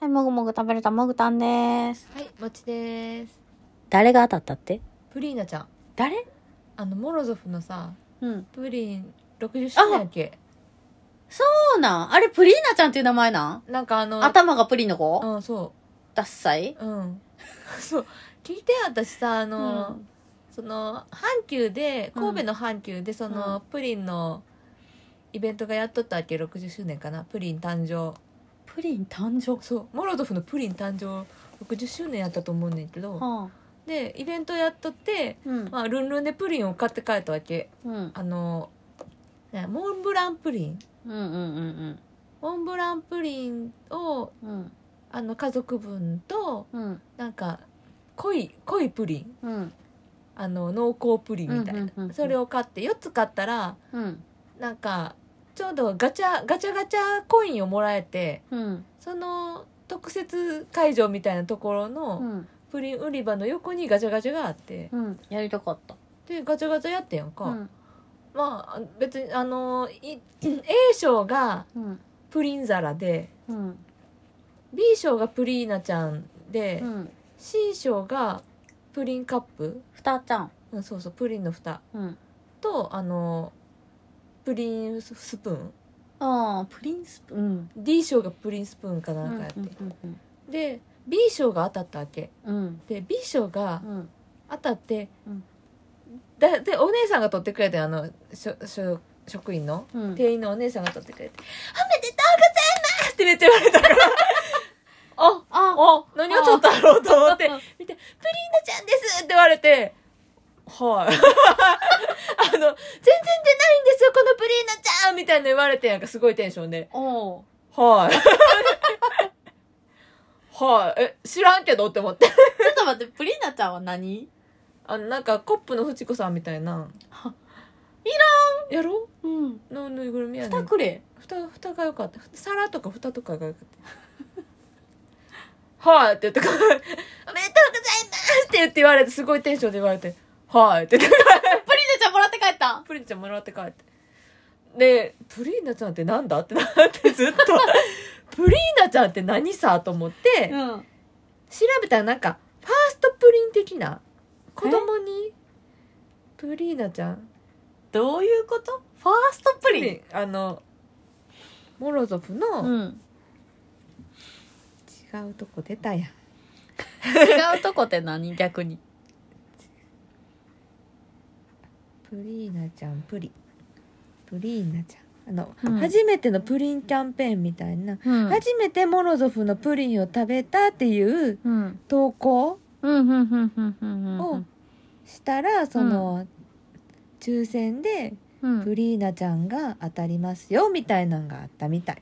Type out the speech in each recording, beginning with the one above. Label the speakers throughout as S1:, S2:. S1: はい、もぐもぐ食べれたもぐたんです。
S2: はい、ぼっちです。
S1: 誰が当たったって
S2: プリーナちゃん。
S1: 誰
S2: あの、モロゾフのさ、
S1: うん。
S2: プリン60周年やっけ
S1: そうなんあれ、プリーナちゃんっていう名前なん
S2: なんかあの、
S1: 頭がプリンの子
S2: うん、そ
S1: ダッサイ
S2: う。うん。 そう。聞いて私さ、あの、
S1: うん
S2: その、阪急で、神戸の阪急で、その、
S1: うん
S2: プリンのイベントがやっとったわけ、60周年かな。プリン誕生。
S1: プリン誕生
S2: そう、モロゾフのプリン誕生60周年やったと思うねんけど、
S1: はあ、
S2: で、イベントやっとって、
S1: うん。
S2: まあ、ルンルンでプリンを買って帰ったわけ。
S1: うん。
S2: あの、ねモンブランプリン
S1: うんうんうん
S2: モンブランプリンを
S1: うん。うん。
S2: あの家族分と
S1: うん。
S2: なんか濃い濃いプリン
S1: うん。
S2: あの濃厚プリンみたいな、
S1: うんうんうんうん
S2: それを買って4つ買ったら
S1: うん。
S2: なんかちょうどガチャガチャガチャコインをもらえて
S1: うん。
S2: その特設会場みたいなところ
S1: う
S2: の
S1: ん。
S2: プリン売り場の横にガチャガチャがあって
S1: うん。やりたかった。
S2: でガチャガチャやってんやんか、
S1: うん。
S2: まあ別にあのい A 賞が
S1: うん。
S2: プリン皿で
S1: うん。
S2: B 賞がプリーナちゃんで、
S1: うん。
S2: C 賞がプリンカップ、
S1: ふたちゃん。
S2: うん、そうそうプリンの蓋
S1: うん。
S2: とあのプリンスプーン
S1: ああ、プリンスプうん。
S2: D 賞がプリンスプーンかなんかやって、
S1: うんうん
S2: で B 賞が当たったわけ
S1: うん。
S2: で B 賞が
S1: うん。
S2: 当たって、
S1: うん
S2: だでお姉さんが取ってくれてあのしょしょ職員の
S1: うん。
S2: 店員のお姉さんが取ってくれて「おめでとうございます!」ってめっちゃ言わ れたからあ
S1: あ
S2: あ何を取ったろうと思って見て、プリンナちゃんですって言われて、はい。 あの、全然出ないんですよ、このプリンナちゃんみたいな言われて、なんかすごいテンションで、
S1: おう
S2: はい。 はい。え、知らんけどって思って。
S1: ちょっと待って、プリーナちゃんは何
S2: あの、なんかコップのフチコさんみたいな。いらんやろ
S1: うん。
S2: のぬいぐるみやね
S1: 二
S2: ん。
S1: くれ。
S2: 蓋、蓋が良かった。皿とか蓋とかが良かった。はいって言 って、おめでとうございますって言って言われて、すごいテンションで言われて、はいって言って、
S1: プリーナちゃんもらって帰った
S2: プリンちゃんもらって帰って。で、プリーナちゃんってなんだってなって ずっと、プリーナちゃんって何さと思って、
S1: うん。
S2: 調べたらなんか、ファーストプリン的な、子供に、プリーナちゃん、
S1: どういうことファーストプ
S2: プ
S1: リン。
S2: あの、モロゾフの、
S1: ん。
S2: 違うとこ出たやん。
S1: 違うとこって何逆に。
S2: プリーナちゃんプリプリーナちゃんあの、
S1: うん
S2: 初めてのプリンキャンペーンみたいな、
S1: うんうん。
S2: 初めてモロゾフのプリンを食べたっていう
S1: うん。
S2: 投稿
S1: うん。うん。うん。うん。うん。
S2: をしたら、その、抽選で
S1: うん
S2: プリーナちゃんが当たりますよみたいなんがあったみたい、
S1: へ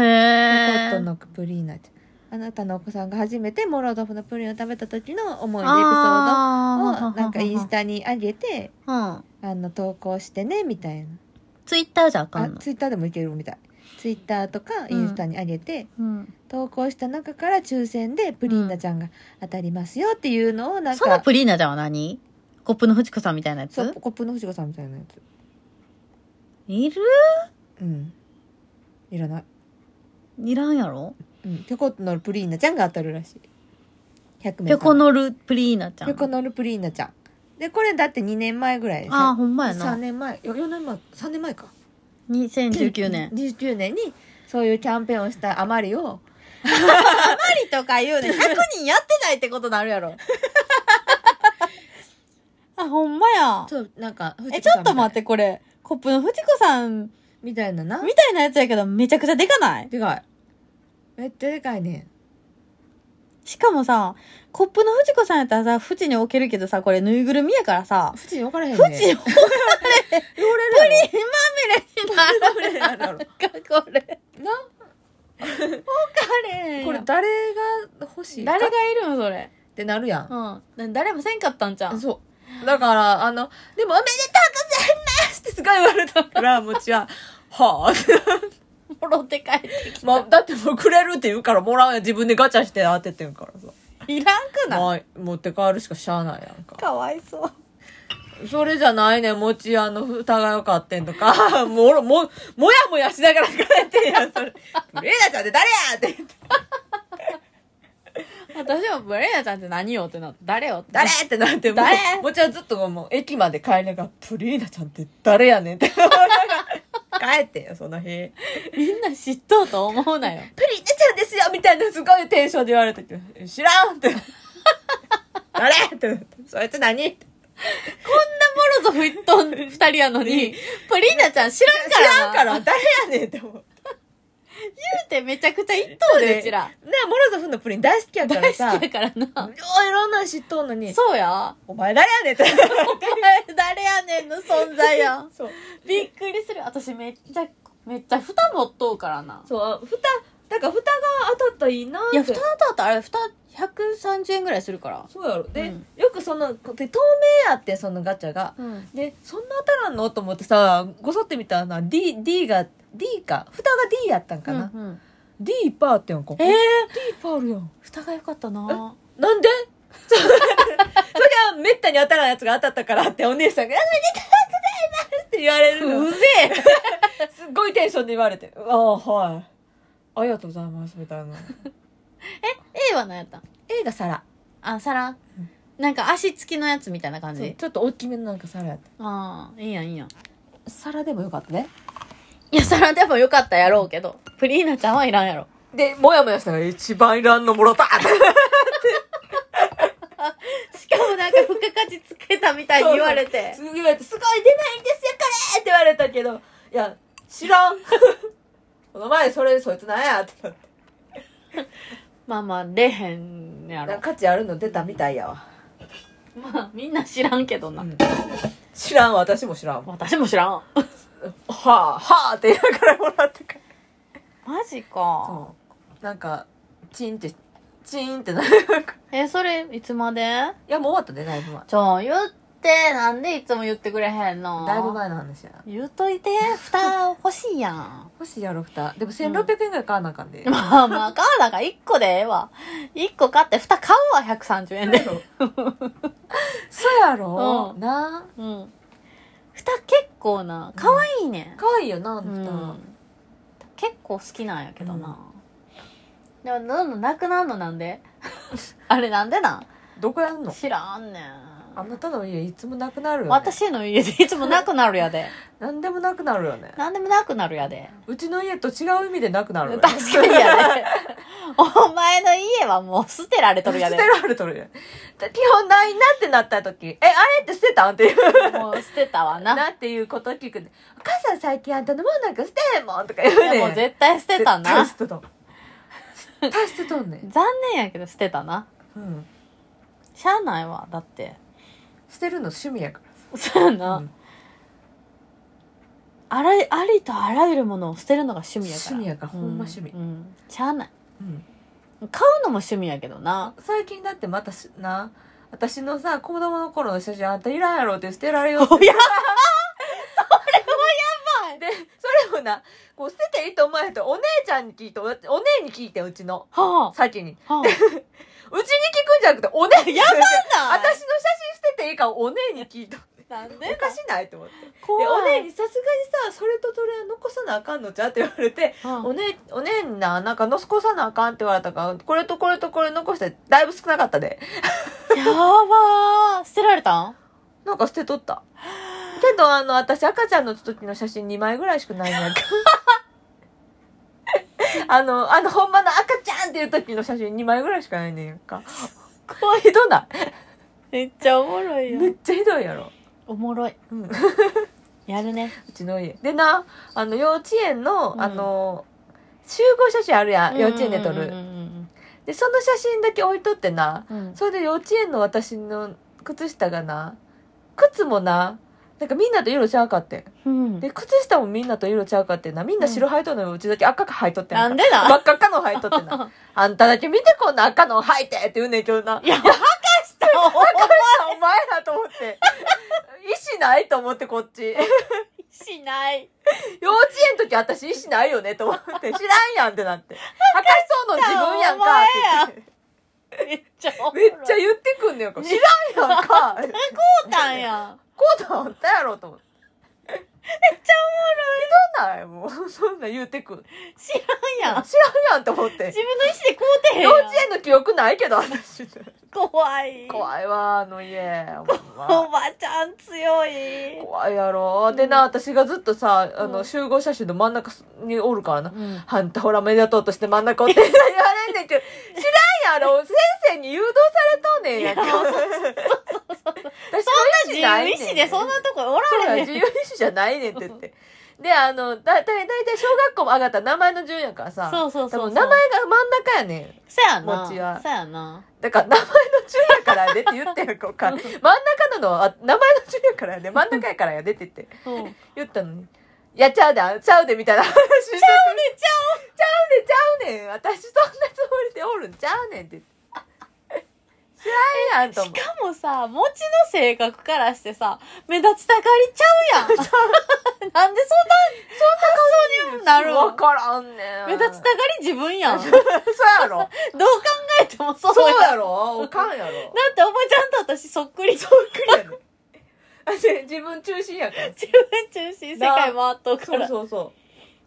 S1: え。
S2: コットンのプリーナちゃんあなたのお子さんが初めてモロゾフのプリンを食べた時の思い出エピソードを
S1: あー
S2: なんかインス。タに上げて
S1: うん。
S2: あの投稿してねみたいな
S1: ツイッターじゃあか
S2: あ
S1: んの。
S2: ツイッターでもいけるみたいツイッターとかインスタに上げて、
S1: うん。
S2: 投稿した中から抽選でプリンナちゃんが当たりますよっていうのをなん
S1: その
S2: か
S1: プリーナちゃんは何コップのフチコさんみたいなや
S2: そう
S1: つ
S2: コップの藤子さんみたいなやつ
S1: いる
S2: うんいらない、
S1: いらんやろ
S2: うん、ぴょこっと乗るプリンナちゃんが当たるらしい100名
S1: ぴょこのるプリーナちゃん。
S2: ぴょこ乗るプリンナちゃんでこれだって2年前ぐらいでしょ
S1: ああ、ほんまや
S2: 3
S1: な。
S2: 年前4年前3年前か
S1: 2019年。
S2: 19年にそういうキャンペーンをしたあまりを
S1: とか言うね。100人やってないってことなるやろ。 あ、ほんまや。
S2: そうなんか
S1: え、ちょっと待って、これ。コップの藤子さん
S2: みたいなな
S1: みたいなやつやけど、めちゃくちゃでかない
S2: でかいめっちゃでかいね
S1: しかもさ、コップの藤子さんやったらさ、縁に置けるけどさ、これぬいぐるみやからさ、
S2: 縁に分からへんね
S1: 縁 に置か
S2: 汚れるや
S1: れへ
S2: ろ
S1: んな
S2: 汚れるやろ
S1: か、これ。
S2: な
S1: かれへん
S2: こ
S1: これ
S2: れ、誰が欲しい
S1: 誰が
S2: っ
S1: いるのそれ。
S2: てなるやん、
S1: うん。誰もせんかったんじゃん。
S2: そうだからあのでも「おめでとうございます!」ってすごい言われたからもちは「はあ」って、
S1: もろって帰ってき
S2: まあ、だってもうくれるって言うからもらうやん自分でガチャして当ててんからさ
S1: いらんくない
S2: まあ持って帰るしかしゃあないやんか
S1: かわいそう。
S2: それじゃないねんもちあの蓋が良かってんとか もろももやもやしながら帰ってんやんそれ「プレーダーちゃんって誰や!」って言って
S1: 私もブレーナちゃんって何よってなって、誰よってなっ
S2: 誰
S1: て。
S2: ってなってもう
S1: 誰
S2: もちろんずっともう駅まで帰りながら「プリーナちゃんって誰やねん」って 帰ってんよその日「プリ
S1: み
S2: ーナ
S1: んな知っとうと思うな よ。
S2: ちゃんですよ」みたいなすごいテンションで言われたけど「知らん」って「誰?」ってなって「そいつ何?」って
S1: モロゾ吹っ飛ん 二人やのに、プリーナちゃん知らん
S2: 「
S1: か
S2: 知
S1: ら
S2: ら
S1: 言
S2: んから
S1: う
S2: 誰やねん」って思う
S1: てめちゃくちゃ一等で、うちら
S2: ね。モロゾフのプリン大好きやから
S1: 大
S2: さ
S1: 好
S2: い
S1: きやからな。
S2: ろいろな人知っとんの に
S1: そうや。
S2: 「お前誰やねん」って
S1: お前誰やねんの存在やん。
S2: そう
S1: びっくりする。私めっちゃ、めっちゃ蓋持っとうからな。
S2: そう蓋だから蓋が当たったらいいなーって
S1: いや、蓋だったらあれ、蓋130円ぐらいするから。
S2: そうやろで、
S1: うん
S2: よくそので透明やってそのガチャが
S1: うん。
S2: でそんな当たらんのと思ってさごそってみたらな D, D が D か蓋が D やったんかな、
S1: うんうん、
S2: D いっぱいあってやんか
S1: ええ
S2: D いっぱいあるやん
S1: 蓋が良かったな
S2: なんで それはめったに当たらんやつが当たったからってお姉さんが「あおめでとうございま
S1: う
S2: す」って言われるの
S1: ぜ え
S2: すっごいテンションで言われて「ああはいありがとうございます」みたいな
S1: A は何やったん
S2: A が皿
S1: あ、皿
S2: うん。
S1: なんか足つきのやつみたいな感
S2: そう
S1: じ。
S2: ちょっと大きめのなんか皿やっ
S1: ああ、いいやんいいやん。
S2: た皿でもよかったね
S1: いや、皿でもよかったやろうけど、プリーナちゃんはいらんやろ。
S2: で、もやもやしたら一番いらんのもろ た
S1: しかもなんか付加価値つけたみたいに言われて
S2: す。ごい言われて、すごい出ないんですよ、これって言われたけど、いや、知らん。 この前それ、そいつなんやってなって。
S1: まあまあ、出へんや
S2: なん
S1: ろ。
S2: か価値あるの出たみたいやわ。
S1: まあ、みんな知らんけどな。
S2: うん知らん、私も知らん。は
S1: 私も知らん。
S2: あ、はあって言いながらもらってから。
S1: マジか。
S2: そう。なんか、チンって、チンってなる。
S1: え、それ、いつまで
S2: いや、もう終わったね、だいぶ前。
S1: ちょ、言って、なんでいつも言ってくれへんの
S2: だいぶ前の話やな。
S1: 言うといて、蓋欲しいやん。
S2: 欲しいやろ、蓋。でも1600円ぐらい買わなあかん で。
S1: まあまあ、買わなが1個でええわ。1個買って、蓋買うわ、130円で。
S2: そうやろ、
S1: うん
S2: なあ。
S1: うん。蓋結構な、可愛いね。
S2: 可愛いよな、あ
S1: うんん
S2: た。
S1: 結構好きなんやけどな。でも、どんどんなくなるのなんで あれなんでなん
S2: どこやん の
S1: 知らんね
S2: あ
S1: ん。
S2: なたの家いつもなくなるよ、ね、
S1: 私の家でいつもなくなるやで。
S2: 何でもなくなるよね
S1: なんでもなくなるやで。
S2: うちの家と違う意味でなくなるよ、
S1: 確
S2: ね、
S1: かにやで。 お前の家はもう捨てられとるやで
S2: 捨て。られとるやんだ 基本ないなってなった時えあれって捨てたんっていう
S1: もう捨てたわな。
S2: なっていうこと聞くねお母さん最近あんたのもんなんか捨てへんもんとか言う
S1: い
S2: ねん
S1: やもう絶対捨てたな。
S2: 絶対捨てとん 絶対捨てとんねん、
S1: 残念やけど捨てたな。
S2: うん、
S1: しゃあないわ。だって。
S2: 捨てるの趣味やか
S1: そうや
S2: ら、
S1: な。
S2: うん
S1: あらいありとあらゆるものを捨てるのが趣味やから
S2: 趣味やからほんま趣味
S1: うんうんしゃあない
S2: うん
S1: 買うのも趣味やけどな
S2: 最近だってまたしな私のさ子供の頃の写真あんたいらんやろって捨てられよって
S1: おや
S2: で、それをな、こう捨てていいと思わへんと、お姉ちゃんに聞いて、おお姉に聞いて、うちの。
S1: は
S2: 先に。うちに
S1: あは
S2: 聞くんじゃなくて、お姉に。やばい
S1: あ
S2: 私の写真捨てていいか、お姉に聞いた。
S1: なんで
S2: おかしないと思って。で、
S1: 怖い
S2: お姉にさすがにさ、それとそれは残さなあかんのじゃって言われて、
S1: うん
S2: お姉、お姉にな、なんか残さなあかんって言われたから、これとこれとこれ残して、だいぶ少なかったで。
S1: やばー捨てられたん
S2: なんか捨てとった。けど、あの、私赤ちゃんの時の写真2枚ぐらいしかないんや けど。あの、あの、ほんまの赤ちゃんっていう時の写真2枚ぐらいしかないねんやんか。
S1: 怖い
S2: ひどない
S1: めっちゃおもろい
S2: めっちゃひどいやろ。
S1: おもろい
S2: うんう
S1: やるね
S2: ちの家。でな、あの、幼稚園
S1: うん
S2: の、あの、集合写真あるやん。幼稚園で撮
S1: うんう
S2: る。
S1: ん
S2: で、その写真だけ置いとってな。
S1: うんうん
S2: それで幼稚園の私の靴下がな、靴もな、なんかみんなと色ちゃうかってん。
S1: うん
S2: で靴下もみんなと色ちゃうかってなみんな白履いとんのようちだけ赤か履いとって
S1: なん
S2: か
S1: んで
S2: 真
S1: な
S2: っ赤っかの履いとってなあんただけ見てこんな赤の履いてって言うねんけどない
S1: や、はかした
S2: お前らと思って意思ないと思ってこっち幼稚
S1: しない。
S2: 園の時私意思ないよねと思って知らんやんってなって履かしそうの自分やんかって
S1: めっちゃおもろ
S2: 言
S1: い。
S2: ってめっちゃ
S1: 言
S2: 言ってくんねんから知らんやんか
S1: うたんや。
S2: こうと思ったやろと思って めっちゃおもろいひどないもうそんなん言うてくん
S1: 知らんやん。
S2: 知らんやんと思って
S1: 自分の意思で買うてへんや
S2: 幼
S1: ん
S2: 稚園の記憶ないけど、私。
S1: 怖い
S2: 怖いわ、あの家。
S1: おばちゃん強い
S2: 怖いやろ。でな、私がずっとさ、あ
S1: う
S2: の、
S1: ん
S2: 集合写真の真ん中におるからな。
S1: うん
S2: ハンタほら目立とうとして真ん中おって言われんねんけど、知らんやろ。先生に誘導されとんねんやんか。
S1: いやそうそ
S2: 私の
S1: ん
S2: 意思
S1: な
S2: ない
S1: 自由
S2: ね
S1: 意志でそんなとこお
S2: そう
S1: られへん
S2: だよ自由意志じゃないねんって言って。で、あの、だ、だ、だいたい小学校も上がったら名前の順やからさ。
S1: そうそうそうそう
S2: 多分名前が真ん中やねん。
S1: そやな
S2: 持ちは
S1: そやな
S2: だから名前の順やからやでって言ってやんか、お かん真ん中なのは、あ名前の順やからやで、真ん中やからやでって言って。
S1: うんち
S2: 言ったのに。いや、ちゃうで、あちゃうで、みたいな話して。ちゃうで、ちゃうちゃうで、ちゃうねん。私そんなつもりでおるんちゃうねんって言って。知らんやんと思う。
S1: かもさ持ちの性格からしてさ目立ちたがりちゃうやんなんでそんなそんな顔になる
S2: わ
S1: ん
S2: からんねん。
S1: 目立ちたがり自分やんどう考
S2: そうやろ。
S1: えてもそう
S2: そう
S1: やん
S2: やろ。おかんやろ
S1: だ。っておばちゃんと私そっくり
S2: そっくりやねん私 自分中心やから。
S1: 自分中心世界回っとくか
S2: そう
S1: ら
S2: そうそ。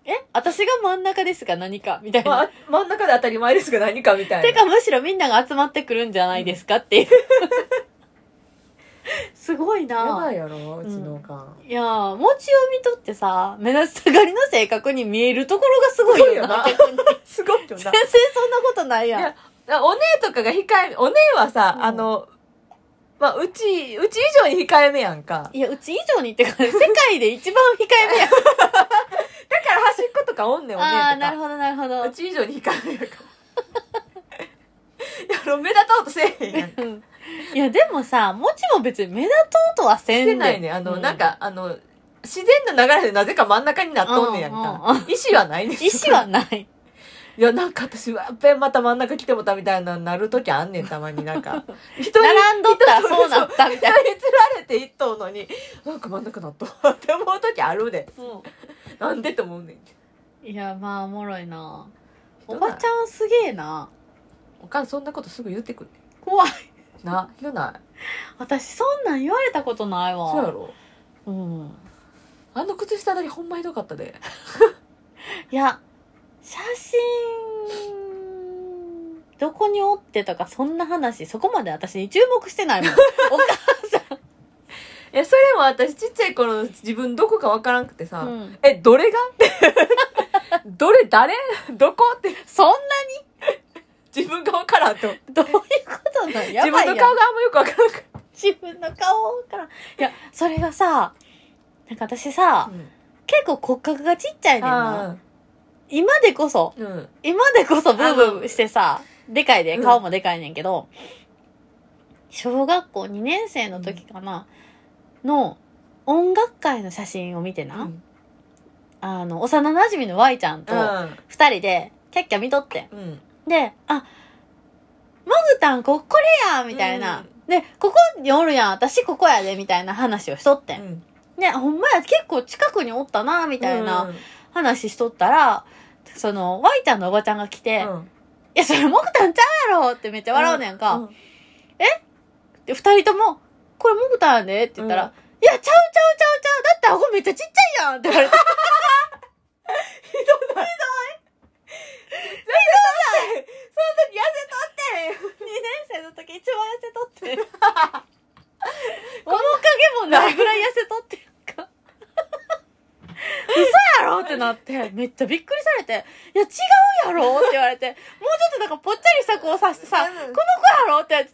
S1: え私が真ん中ですが何かみたいう
S2: ま
S1: な、
S2: あ、真ん中で当たり前ですが何かみたいな。
S1: てかむしろみんなが集まってくるんじゃないですかっていう すごい
S2: やば
S1: ない
S2: やろ、うちのおかん。
S1: いやー持ちを見とってさ目立ちたがりの性格に見えるところがすごいよな
S2: す
S1: 逆に
S2: すごいよな
S1: 全然。そんなことないやん
S2: いやお姉とかが控えめ、お姉はさ、
S1: うん
S2: あの、まあ、うち、うち以上に控えめやんか。
S1: いやうち以上にってか世界で一番控えめや
S2: だから端っことかおんねん、お姉とか。
S1: ああーなるほどなるほど
S2: うち以上に控えめ やから。やろ、目立とうとせえへんやん。
S1: うん いやでもさもちも別に目立とうとはせん
S2: して
S1: で
S2: ないね。あの、
S1: う
S2: なんか、あの、自然な流れでなぜか真ん中になっとんねんやん
S1: うんうん
S2: か。意思はないねん。
S1: 意思は ない
S2: いや、なんか私、わっべ、また真ん中来てもたみたいな、なるときあんねん、たまに なんか。人に
S1: 並んどったらそうなったみたいな。
S2: 人に釣られて一頭のに、なんか真ん中なっとうって思うときあるで。なんでって思うねんけど。
S1: いや、まあ、おもろいな。お
S2: 人な
S1: ばちゃんすげえな。
S2: おかん、そんなことすぐ言ってくんね
S1: 怖い。
S2: んな、言うない。
S1: 私、そんなん言われたことないわ。
S2: そうやろ。
S1: うん。
S2: あの靴下だけほんまひどかったで。
S1: いや、写真、どこにおってとか、そんな話、そこまで私に注目してないもん。 お
S2: いや、それも私、ちっちゃい頃の自分どこかわからんくてさ、
S1: 母うん。
S2: え、ど れがって。どれ、誰どこって
S1: そんな、
S2: 自分がわからんと。
S1: どういうことなんや
S2: 自
S1: ばいや
S2: 分の
S1: ん
S2: 顔があんまよくわからんか
S1: 自分の顔から。いや、それがさ、なんか私さ
S2: ら、。
S1: 結構骨格がちっちゃいねんな。
S2: あ
S1: 今でこそ、
S2: ーうん。
S1: 今でこそブーブーしてさ、でかいで、
S2: うん
S1: 顔もでかいねんけど、小学校2年生の時かな、の音楽会の写真を見てな、
S2: うん
S1: あの、幼馴染の Y ちゃんと二人で、キャッキャ見とって。
S2: うん。うん。
S1: で、あ、モグタンこ、これやみたいな。で、ここにおるやん、私ここやで、みたいな話をしとって。
S2: うんん。
S1: ね、ほんまや、結構近くにおったな、み
S2: み
S1: たいな。話しとったら、その、Y ちゃんのおばちゃんが来て、
S2: うん
S1: いや、それ、モクタンちゃうやろってめっちゃ笑うねん
S2: う
S1: か。
S2: ん
S1: で、二人とも、これモクタンやでって言ったら、
S2: うん
S1: いや、ちゃうちゃうちゃうちゃう。だって顎めっちゃちっちゃいやんって言われて。
S2: ひどない。ひどない。その時痩せとって
S1: 2年生の時一番痩せとって。面影もないぐらい痩せとってんか。嘘やろってなって、めっちゃびっくりされて、いや、違うやろって言われて、もうちょっとなんかぽっちゃりした子をさしてさ、こ
S2: うん
S1: の子やろって言われて、違うって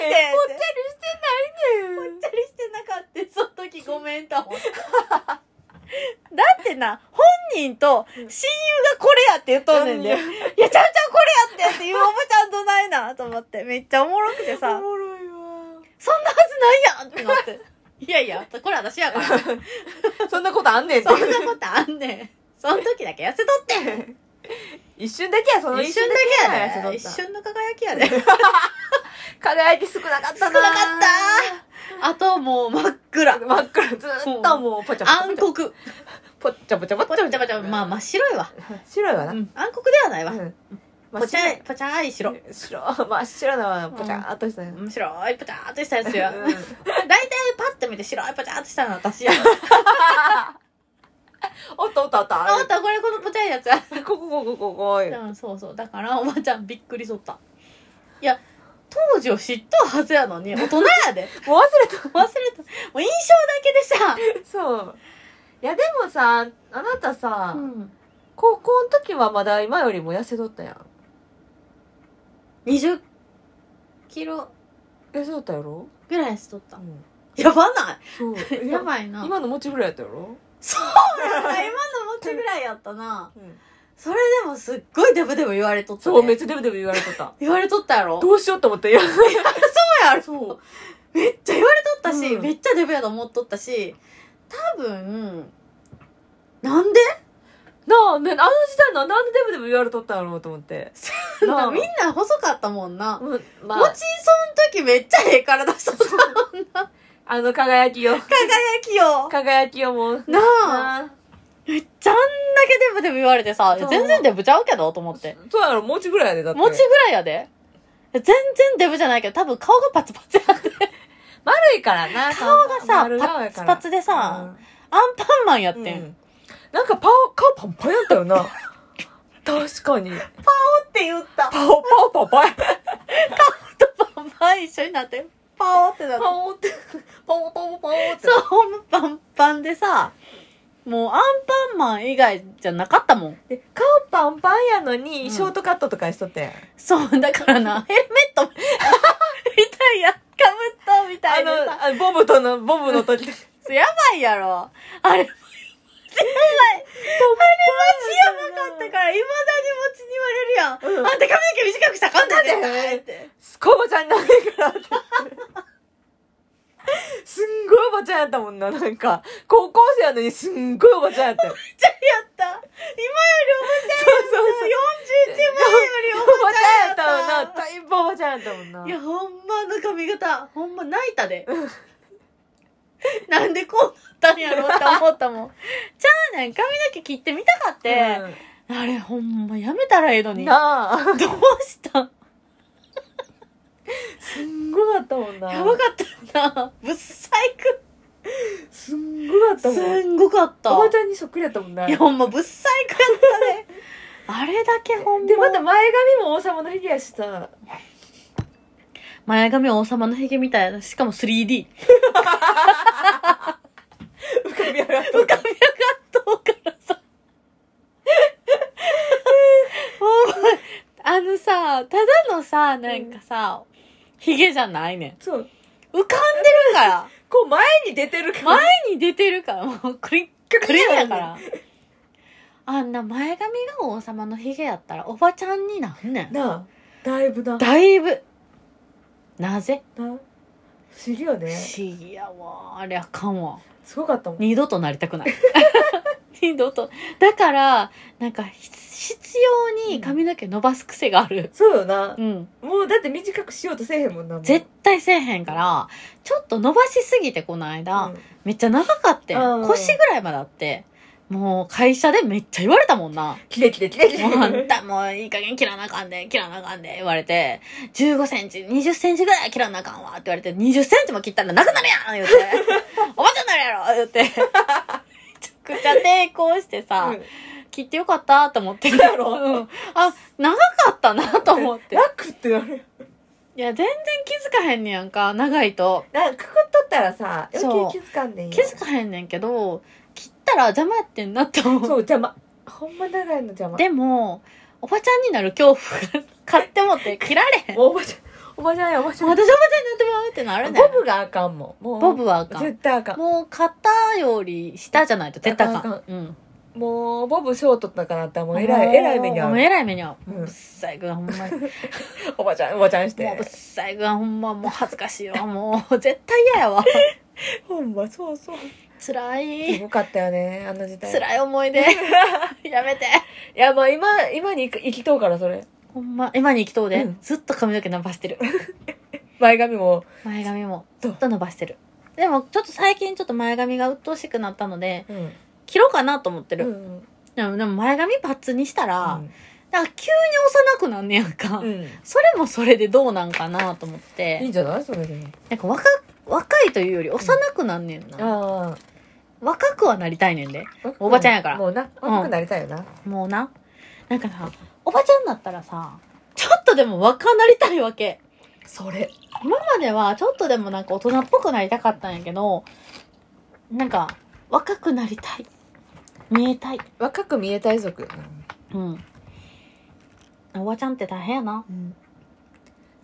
S2: ぽっちゃりしてないね
S1: ぽ
S2: ん
S1: っちゃりしてなかったその時ごめんとだってな本人と親友がこれやって言っとんねんで「いや
S2: うん
S1: ちゃうちゃうこれやって」って言うおばちゃんとないなと思ってめっちゃおもろくて
S2: お
S1: さ
S2: もろいわ
S1: 「そんなはずないやん!」ってなって「いやいやこれ私やからそん
S2: そんなことあんねんって
S1: なことあんねんその時だけ痩せとってん
S2: 一瞬だけやその
S1: 一瞬だけ
S2: だ
S1: や
S2: けや
S1: で
S2: 痩
S1: 一
S2: せとっ
S1: 瞬の輝きやで
S2: た輝き少なかった
S1: 少な
S2: な
S1: かったあともう真っ暗
S2: 真っ暗ずーっともうぽちゃ
S1: 暗
S2: ぽちゃ
S1: 黒ぽっ
S2: ぽっちゃぽちゃぽっちゃぽちゃ
S1: ちゃぽちゃまあ真っ白いわ
S2: 白いわな
S1: うん暗黒ではないわ
S2: うん
S1: ぽちゃい、ぽちゃい白。
S2: 白真っ白なぽちゃーっとした
S1: うん白いぽちゃーっとしたやつや。
S2: う
S1: 大
S2: ん
S1: 体パッと見て白いぽちゃーっとしたの私や。
S2: おったおったおった
S1: あおったこれこのポチャいやつや
S2: ここここここ
S1: うんそうそうだからおばちゃんびっくりしとったいや当時を知ったはずやのに大人や で
S2: もう忘れ
S1: 忘
S2: た
S1: れたもう印象だけで
S2: そういやでもさあなたさ、
S1: さ、うん、
S2: 高校の時はまだ今よりも痩せとったやん
S1: 20キロ
S2: 痩せとったやろ、
S1: ぐらいしとった
S2: ん、
S1: やばな
S2: そう
S1: い やばいな
S2: 今のもちぐらいやったやろ、
S1: そうやな今の持ちぐらいやったなそれでもすっごいデブデブ言われとった、ね、
S2: そうめっちゃデブデブ言われとった
S1: 言われとったやろ
S2: どうしようと思っていや
S1: うやろ
S2: そう
S1: めっちゃ言われとったし、
S2: うん
S1: めっちゃデブやと思っとったし多分なんで
S2: なあ、ね、あの時代のなんでデブデブ言われとったんやろうと思って
S1: みん
S2: なあ
S1: な細かったもんな、
S2: うんま
S1: もち
S2: あ
S1: そん時めっちゃええ体しとったもんな
S2: あの輝きよ
S1: 輝き よ
S2: 輝きよもう
S1: なあ
S2: なあ
S1: めっちゃあんだけデブデブ言われてさ
S2: そう
S1: 全然デブちゃうけどと思って
S2: そうやろもちぐらいやでだって
S1: 持ちぐらいやで全然デブじゃないけど多分顔がパツパツやって
S2: 丸いからな顔
S1: 顔がさ
S2: 丸顔やから
S1: パツパツでさアンパンマンやってん、
S2: うんなんかパオ顔パンパンやったよ な確かに
S1: って言 った
S2: パオパオパオパ
S1: パ
S2: オ
S1: ンパン一緒になってパオってなって
S2: パオってパオパオパオって
S1: そうホームパンパンでさもうアンパンマン以外じゃなかったもん
S2: で顔パンパンやの
S1: うん
S2: にショートカットとかにしとってん、
S1: そうだからな ヘルメットみたいやかぶったみた
S2: あ
S1: い
S2: の
S1: なさ
S2: あボブとのボブの 時
S1: やばいやろあれやばいあれ持ちやばかったからいまだに持ちに言われるやん、
S2: うん
S1: あんた髪の毛短くしたらあかんだってって
S2: すこばちゃんになるからってすんごいおばちゃんやったもんななんか高校生やのにすんごいおばちゃんやったよ
S1: めっちゃやった今より
S2: そうそう
S1: おばちゃん
S2: そう
S1: 41前よりお
S2: お
S1: ばち
S2: ばち
S1: ゃんや
S2: ゃん
S1: っ
S2: やったたもんなだいぶおばちゃんやったもんない
S1: や、ほんまあの髪型、ほんま泣いたで。 なんでこうなったんやろって思ったもん。 ちゃうねん、髪の毛切ってみたかって。あれ、ほんまやめたらええの
S2: うん
S1: に。ど
S2: なあ
S1: うしたん
S2: すんごかったもんな
S1: やばかったよな。ぶっさいく。
S2: すんごかったもん
S1: すんごかった。
S2: おばちゃんにそっくりやったもんない
S1: や、ほんまぶっさいくや ったで。あれだけほんま。
S2: でまた前髪も王様の髭やしさ
S1: 前髪王様の髭みたいな。しかも 3D。
S2: 浮かび上がっ
S1: 浮かび上がっとうからさ。 もうあのさ、ただのさ、なんかさ、ヒゲじゃないね
S2: そう
S1: ん。浮かんでるから。
S2: こう前に出てるから
S1: 前に出てるから、もうクリックリやから。あんな前髪が王様のヒゲやったらおばちゃんになんねん。
S2: なあだいぶなな
S1: だいぶ。なぜ
S2: 不思議よ
S1: 不
S2: ね
S1: 思議やわ。ありゃあかんわ。
S2: すごかったもん
S1: 二度となりたくない。 二度と。だから、なんか、ひ必要に髪の毛伸ばす癖がある。
S2: そうよな
S1: うん。
S2: もうだって短くしようとせえへんもんなもう
S1: 絶対せえへんから、ちょっと伸ばしすぎて、この間、
S2: うん
S1: めっちゃ長かってん、
S2: うん
S1: 腰ぐらいまであって、もう会社でめっちゃ言われたもんな。
S2: キレキレキレキ
S1: もうあん
S2: レ
S1: たもういい加減切らなあかんで、切らなあかんで、言われて、15センチ、20センチぐらい切らなあかんわ、って言われて、20センチも切ったらなくなるやん言っ て、おばちゃんなるやろ言って、めちゃくちゃ抵抗してさ、
S2: うん
S1: 切ってよかったと思って。
S2: そうやろ
S1: うん。あ、長かったなと思 って。
S2: 楽ってなる
S1: いや、全然気づかへんねやんか、長いと。
S2: なくくっとったらさ
S1: そう
S2: 余計気づかんねんよ
S1: 気づかへんねんけど、切ったら邪魔やってんなって
S2: そう
S1: 思う。
S2: 邪魔ほんま長いの邪魔
S1: でも、おばちゃんになる恐怖が買っても って切られへん。
S2: もうおばちゃんおばちゃんやおばち
S1: 私お
S2: ゃん
S1: ばちゃんになってもらうってなるねん。
S2: ボブがあかんもんもう
S1: ボブはあかん。
S2: 絶対あかん
S1: もう肩より下じゃないと絶対あか
S2: あ
S1: ん。うん。
S2: もうボブショートだからってもうえらいえらい目に
S1: も
S2: 遭
S1: う
S2: う
S1: えらい目に遭う。
S2: うん
S1: ぶっさいぐらいほん まに。
S2: おばちゃんおばちゃんし
S1: もう
S2: て
S1: ぶっさいぐらいほんまもう恥ずかしいわ。もう絶対嫌や わ。
S2: ほんまそうそう
S1: 辛
S2: す
S1: い。
S2: ごかったよねあの時代
S1: 辛い思い 出。やめて。
S2: いやもう今今に生き生きとうからそれ
S1: ほんま、今に生きとうで、
S2: うん
S1: ずっと髪の毛伸ばしてる。
S2: 前髪も
S1: 前髪もずっと伸ばしてる。でも、ちょっと最近ちょっと前髪が鬱陶しくなったので、
S2: うん
S1: 切ろうかなと思って
S2: う
S1: る。
S2: ん
S1: でも、でも前髪パッツにしたら、
S2: うん
S1: なんか急に幼くなんねやんか。
S2: うん
S1: それもそれでどうなんかなと思っ
S2: いい
S1: て
S2: ん、じゃないそれでも
S1: なんか若、若いというより幼くなんねんな。
S2: ああ
S1: 若くはなりたいねんで。おばちゃんやから
S2: もうな、若くなりたいよな。
S1: もうな。なんかさ、おばちゃんだったらさ、ちょっとでも若なりたいわけ。
S2: それ。
S1: 今まではちょっとでもなんか大人っぽくなりたかったんやけど、なんか若くなりたい。見えたい。
S2: 若く見えたい族よな。
S1: うん。おばちゃんって大変やな。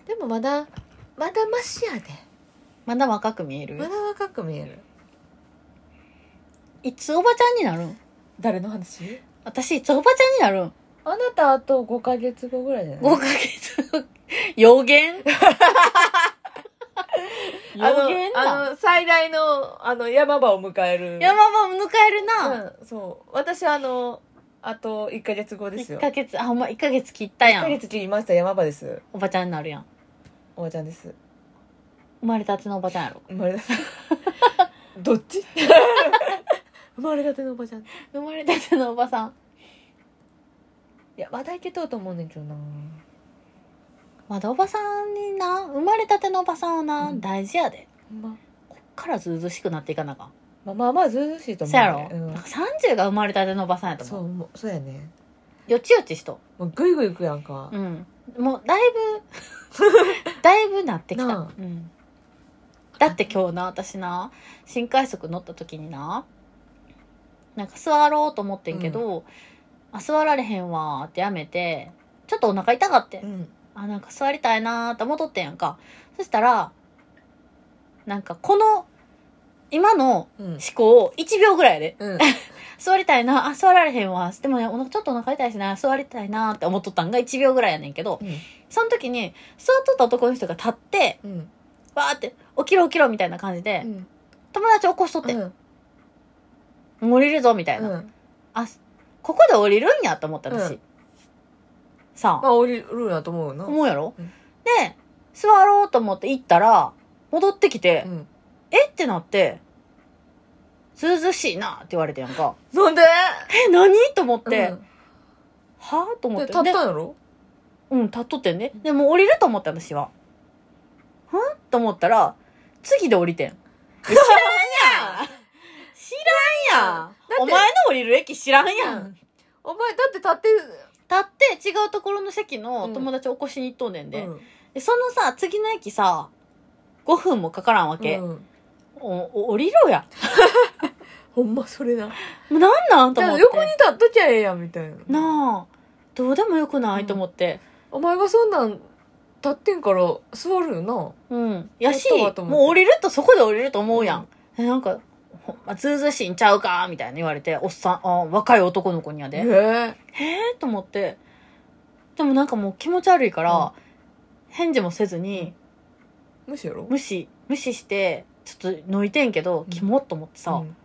S2: でもまだ、まだマシやで。
S1: まだ若く見える。
S2: まだ若く見える。
S1: いつおばちゃんになるん
S2: 誰の話
S1: 私いつおばちゃんになるん
S2: あなたあと5ヶ月後ぐらいじゃない
S1: ?5 ヶ月後。予言予
S2: あ
S1: 言
S2: の、
S1: だ。
S2: あの、最大の、あの、山場を迎える。
S1: 山場を迎えるな。
S2: うん、そう。私あの、あと1ヶ月後です
S1: 一
S2: よ。
S1: ヶ月、あ、ほんま1ヶ月切ったや
S2: 1ヶ
S1: ん。
S2: 月切りました、山場です。
S1: おばちゃんになるやん。
S2: おばちゃんです。
S1: 生まれたてのおばちゃんやろ。
S2: 生まれた て。どっち 生まれたてのおばちゃん。い
S1: 生まれたてのおばさん。
S2: や、話題いけとうと思うねんけどな
S1: まだおばさんにな、生まれたてのおばさんはな、
S2: うん
S1: 大事やで。
S2: ほんま。
S1: こっからずうずうしくなっていかなあかん。
S2: まあまあまあ、ずうずうしいと
S1: そ
S2: 思う、
S1: やろ、
S2: ね。うん
S1: なんか30が生まれたてのおばさんやと
S2: そ
S1: 思う。
S2: う、もうそうやね。
S1: よちよちしと。
S2: もうぐいぐい行くやんか
S1: う。ん。もうだい ぶ、だいぶなってきた。
S2: なあ
S1: うん。だって今日な、私な、新快速乗った時にな、なんか座ろうと思ってんけど、あ、座られへんわーってやめて、ちょっとお腹痛かってん
S2: う。ん。
S1: あ、なんか座りたいなーって戻ってんやんか。そしたら、なんかこの、今の
S2: うん
S1: 思。考を1秒ぐらいやで。
S2: うん。
S1: 座りたいな、あ、座られへんわ。でもね、お腹ちょっとお腹痛いしな、座りたいなって思っとったんが1秒ぐらいやねんけど、その時に、座っとった男の人が立って、
S2: うん。
S1: わーって、起きろ起きろみたいな感じで、
S2: うん。
S1: 友達起こしとって、
S2: うん。
S1: 降りるぞみたいな。
S2: うん。
S1: あ、ここで降りるんやと思った私。
S2: うん
S1: さ
S2: ま
S1: あ、
S2: あ、降りるやと思うな。
S1: 思うやろ、
S2: うん
S1: で、座ろうと思って行ったら、戻ってきて、
S2: うん。
S1: えってなって、ずうずうしいなって言われてやんか。
S2: なんで
S1: え、何と思って、
S2: うん
S1: はぁと思っ
S2: で
S1: て。
S2: 立ったん
S1: で
S2: やろ
S1: うん、立っとってんね。でもう降りると思った私は。ふんと思ったら、次で降りて ん。知らんやん知らんやん
S2: だって
S1: お前の降りる駅知らんやん、
S2: うんお前、だって立っ
S1: 立って違うところの席の友達を起こしに行っとんねん
S2: て
S1: で。
S2: うん
S1: でそのさ、次の駅さ、5分もかからんわけ。
S2: うん
S1: おお降りろや。
S2: ほんまそれな。
S1: もうなんなんと
S2: じゃ
S1: 思っ
S2: あ
S1: て。
S2: 横に立っときゃええやんみたいな。
S1: なあ。どうでもよくない、
S2: うん
S1: と思って。
S2: お前がそんなん立ってんから座るよな。
S1: うん。やし、
S2: やったわと思って
S1: もう降りるとそこで降りると思うやん。えなんか、ほんま、ずうずうしいんちゃうかみたいに言われて、おっさん、あ若い男の子にやで。
S2: へ
S1: へ
S2: え。
S1: えと思って。でもなんかもう気持ち悪いから、返事もせずに、
S2: むしろ
S1: 無視、無視して、ちょっと抜いてんけど、
S2: ん
S1: キモっと思ってさ、
S2: うん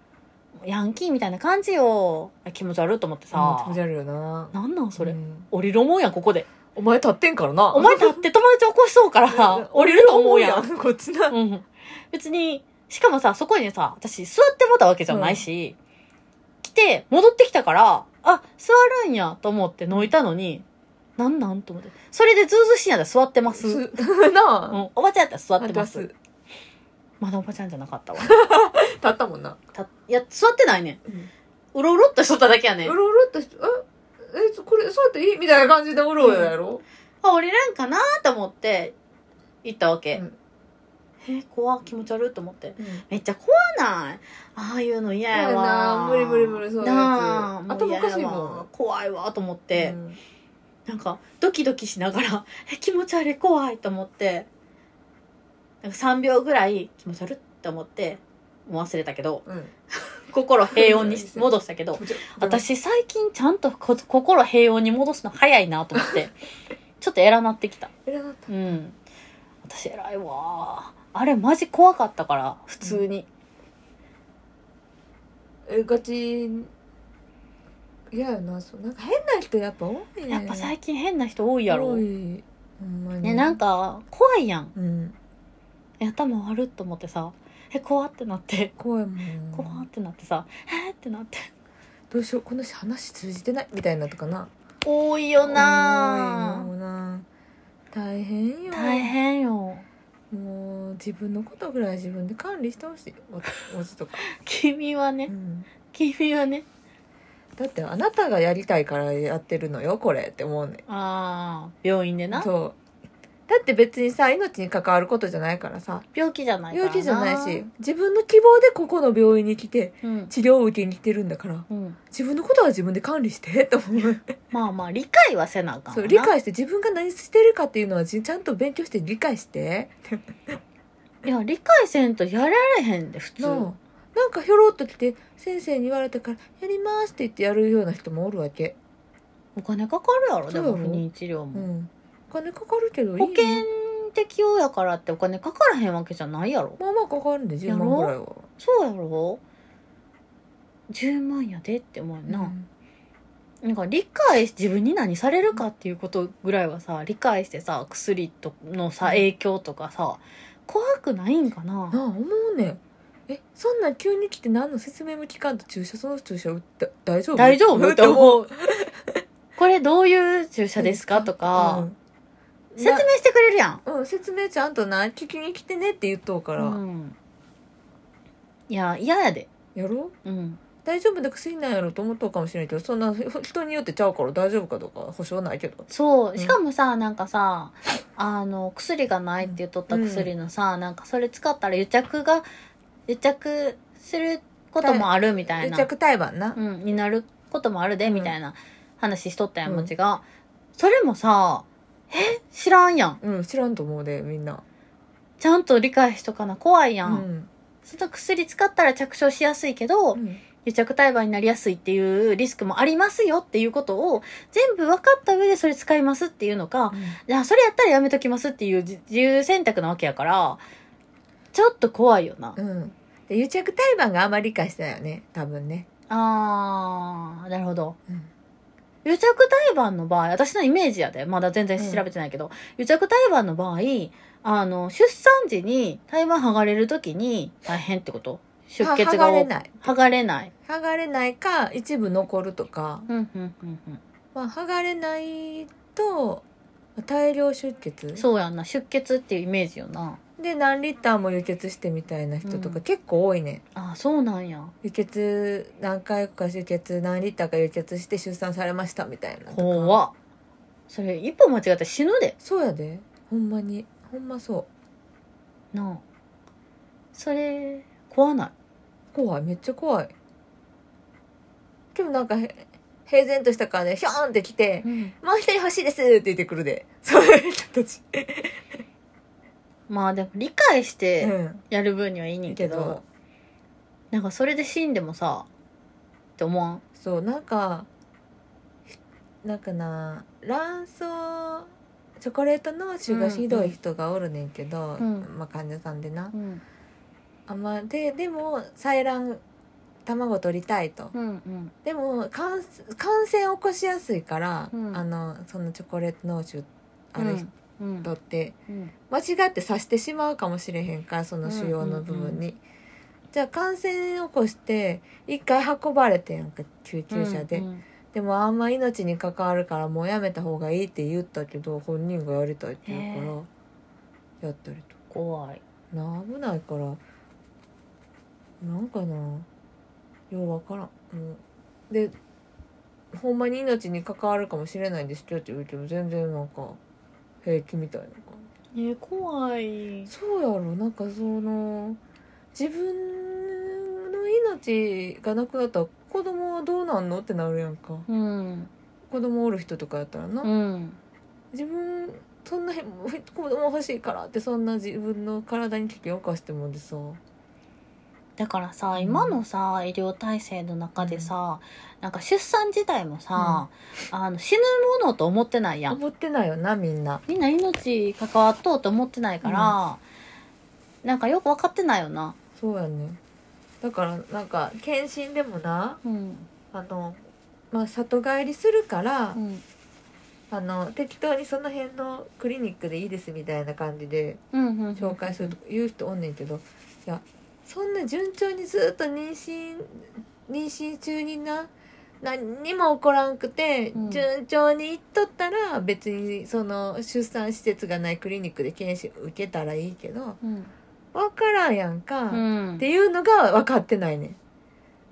S1: ヤンキーみたいな感じよ。気持ち悪いと思って
S2: うん
S1: さ。
S2: 気持ち悪いよな。
S1: なんなんそれ。
S2: うん
S1: 降りる思うやん、ここで。
S2: お前立ってんからな。
S1: お前立って友達起こしそうから、降りると思う やん。
S2: ん。こっちな。
S1: うん。別に、しかもさ、そこにさ、私座ってもたわけじゃないし、来て、戻ってきたから、あ、座るんやと思って抜いたのに、なんなんと思って。それでずうずうしいんやったら座ってます。うん。
S2: す なあ。
S1: おばちゃんやったら座って
S2: 立
S1: ま。
S2: ますす
S1: まだおばちゃんじゃなかったわ。
S2: 立ったもんな。
S1: たいや、座ってないね
S2: うん
S1: ん。うろうろっとしとっただけやね。
S2: うんろうろっとして、ええ、これ、そうやっていいみたいな感じでうろうろやろ
S1: あ、降りれんかなと思って、行ったわけ。
S2: うん
S1: え、怖っ気持ち悪いと思って。
S2: うん
S1: めっちゃ怖ないああいうの嫌や
S2: 嫌や
S1: わ
S2: な無理無理無理そういうやつ
S1: なあもう
S2: 頭おかしい
S1: 嫌や
S2: もん
S1: わ怖いわと思って、
S2: うん
S1: なんかドキドキしながら え気持ち悪い怖いと思ってなんか3秒ぐらい気持ち悪いって思ってもう忘れたけど
S2: うん。
S1: 心平穏 にし戻したけど私最近ちゃんとこ心平穏に戻すの早いなと思って ちょっと偉なってきた
S2: 偉かった
S1: うん私偉いわあれマジ怖かったから普通に、
S2: えガチ嫌やなそうなんか変な人やっぱ多いね
S1: やっぱ最近変な人多いやろ
S2: 多。いほんまに
S1: ね、なんか、怖いやん。
S2: うん
S1: え頭悪っと思ってさ、え、怖ってなって、
S2: 怖いもん
S1: 怖ってなってさ、えーってなって。
S2: どうしようこの人話通じてないみたいなとかな
S1: 多いよ
S2: 多い
S1: な
S2: もんな大変よ
S1: ぁ。大変よ。
S2: もう自分のことぐらい自分で管理してほしいおおじ とか、
S1: 君は
S2: う
S1: ね、
S2: ん
S1: 君はね。
S2: だってあなたがやりたいからやってるのよこれって思うね
S1: ああ、病院でな。
S2: そうだって別にさ命に関わることじゃないからさ
S1: 病気じゃないから
S2: 病
S1: な。
S2: 気じゃないし。自分の希望でここの病院に来て
S1: うん。
S2: 治療を受けに来てるんだから
S1: うん。
S2: 自分のことは自分で管理してって思う
S1: まあまあ、理解はせなあかんわな。
S2: そう理解して自分が何してるかっていうのはじちゃんと勉強して理解して
S1: いや、理解せんとやられへんで、普通。
S2: のなんかひょろっと来て先生に言われたから「やります」って言ってやるような人もおるわけ
S1: お金かかるやろ、でも
S2: そう
S1: 不
S2: やろ
S1: 妊治療
S2: う
S1: も。
S2: んお金かかるけどいい
S1: 保
S2: よ
S1: 険適用やからってお金かからへんわけじゃないやろ。
S2: まあまあかかるんで10万ぐらいは
S1: そうやろ ?10 万やでって思うよな。
S2: うん
S1: なんか理解し自分に何されるかっていうことぐらいはさ理解してさ薬とのさ
S2: うん
S1: 影響とかさ怖くないんかな
S2: なあ思うねんえそんなん急に来て何の説明も聞かんと注射その注射打って大丈夫
S1: 大 丈夫
S2: っ
S1: ってて
S2: 思
S1: 思
S2: う
S1: うこれどういう注射ですかとか、説明してくれるやん、
S2: うん、うん、説明ちゃんとな聞きに来てねって言っとうから、
S1: うん、いや嫌やで
S2: やろ
S1: うん
S2: 大丈夫で薬なんやろと思っとうかもしれないけどそんなふ人によってちゃうから大丈夫かどうかは保証はないけど
S1: そう
S2: うん
S1: しかもさ、なんかさあの薬がないって言っとった薬のさ、なんかそれ使ったら癒着が癒着することもあるみたい
S2: 癒
S1: な
S2: 着胎盤な、
S1: うん、になることもあるで、
S2: うん
S1: みたいな話しとったやん、
S2: うん
S1: もちが。それもさ、え知らんやん。
S2: うん、知らんと思うでみんな
S1: ちゃんと理解しとかな、怖いや。
S2: うんん、
S1: その薬使ったら着床しやすいけど、
S2: うん
S1: 癒着胎盤になりやすいっていうリスクもありますよっていうことを、全部分かった上でそれ使いますっていうのか、じゃあそれやったらやめときますっていう自自由選択なわけやから、ちょっと怖いよな。
S2: うん、で癒着胎盤があんまり理解してないよね多分ね、
S1: あー、なるほど。
S2: うん
S1: 癒着胎盤の場合、私のイメージやで、まだ全然調べてないけど、癒着胎盤の場合、あの、出産時に胎盤剥がれるときに大変ってこと出血が
S2: は剥がれ
S1: い。
S2: ない
S1: 剥がれない。
S2: 剥がれないか一部残るとか
S1: うん、うん、うん、
S2: まあ、剥がれないと大量出
S1: うん。
S2: 血
S1: そうやんな。出血っていうイメージよな。
S2: で何リッターも輸血してみたいな人と
S1: う
S2: か
S1: ん
S2: 結構多いね、
S1: あー、そうなんや。
S2: 輸血何回か輸血何リッターか輸血して出産されましたみたいなとか
S1: 怖っそれ、一歩間違ったら死ぬで。
S2: そうやでほんまにほんまそ
S1: なあ。それ、怖ないう
S2: 怖いめっちゃ怖いでもなんかへ平然とした感じでヒョーンって来て。「もう一人欲しいです」って言ってくるでそういう人たち、
S1: まあでも、理解し
S2: う
S1: て
S2: ん、
S1: やる分にはいいね
S2: い
S1: ん
S2: いけ
S1: けど、
S2: ど
S1: なんかそれで死んでもさ、って思わん。
S2: そうなんかなんかな卵巣チョコレート脳腫がひどい人がおるねんけど、
S1: うん
S2: まあ、患者さんでな、
S1: うん。
S2: あまあででも採卵卵取りたいと、
S1: うんうん。
S2: でも感感染起こしやすいから、
S1: うん
S2: あのそのチョコレート脳腫ある人
S1: うん
S2: って、
S1: うん
S2: 間違って刺してしまうかもしれへんからその腫瘍の部分
S1: う
S2: に、
S1: んうん
S2: じゃあ感染起こして一回運ばれてんやんか救急車で、
S1: うん
S2: でもあんま命に関わるからもうやめた方がいいって言ったけど本人がやりたいって言うからやったりと
S1: 怖い。
S2: な危ないからなんかなようわからんもうでほんまに命に関わるかもしれないんですけどって言うけど全然なんか平気みたいな感
S1: えー、怖い
S2: じ。そうやろなんかその自分の命がなくなったら子供はどうなんのってなるやんか
S1: うん。
S2: 子供おる人とかやったらな、
S1: うん。
S2: 自分そんなへもうへ子供欲しいからってそんな自分の体に危険を犯してもでさ
S1: だから
S2: う
S1: さ、
S2: ん
S1: 今のさ、医療体制の中でさ、なんか出産自体もさ、あの、死ぬものと思ってないやん。
S2: 思ってないよなみんな
S1: みんな命関わっとうと思ってないから、なんかよくわかってないよな。
S2: そうやねだからなんか検診でもな
S1: うん。
S2: あの、まあ、里帰りするから、
S1: うん。
S2: あの適当にその辺のクリニックでいいですみたいな感じで
S1: うん。うん
S2: 紹介すると。か言う人おんねんけどいやそんな順調にずっと妊娠妊娠中にな何にも起こらんくて、
S1: うん
S2: 順調にいっとったら別にその出産施設がないクリニックで検診受けたらいいけど
S1: うん。
S2: わからんやんか、
S1: う
S2: っ
S1: ん
S2: ていうのが分かってないねん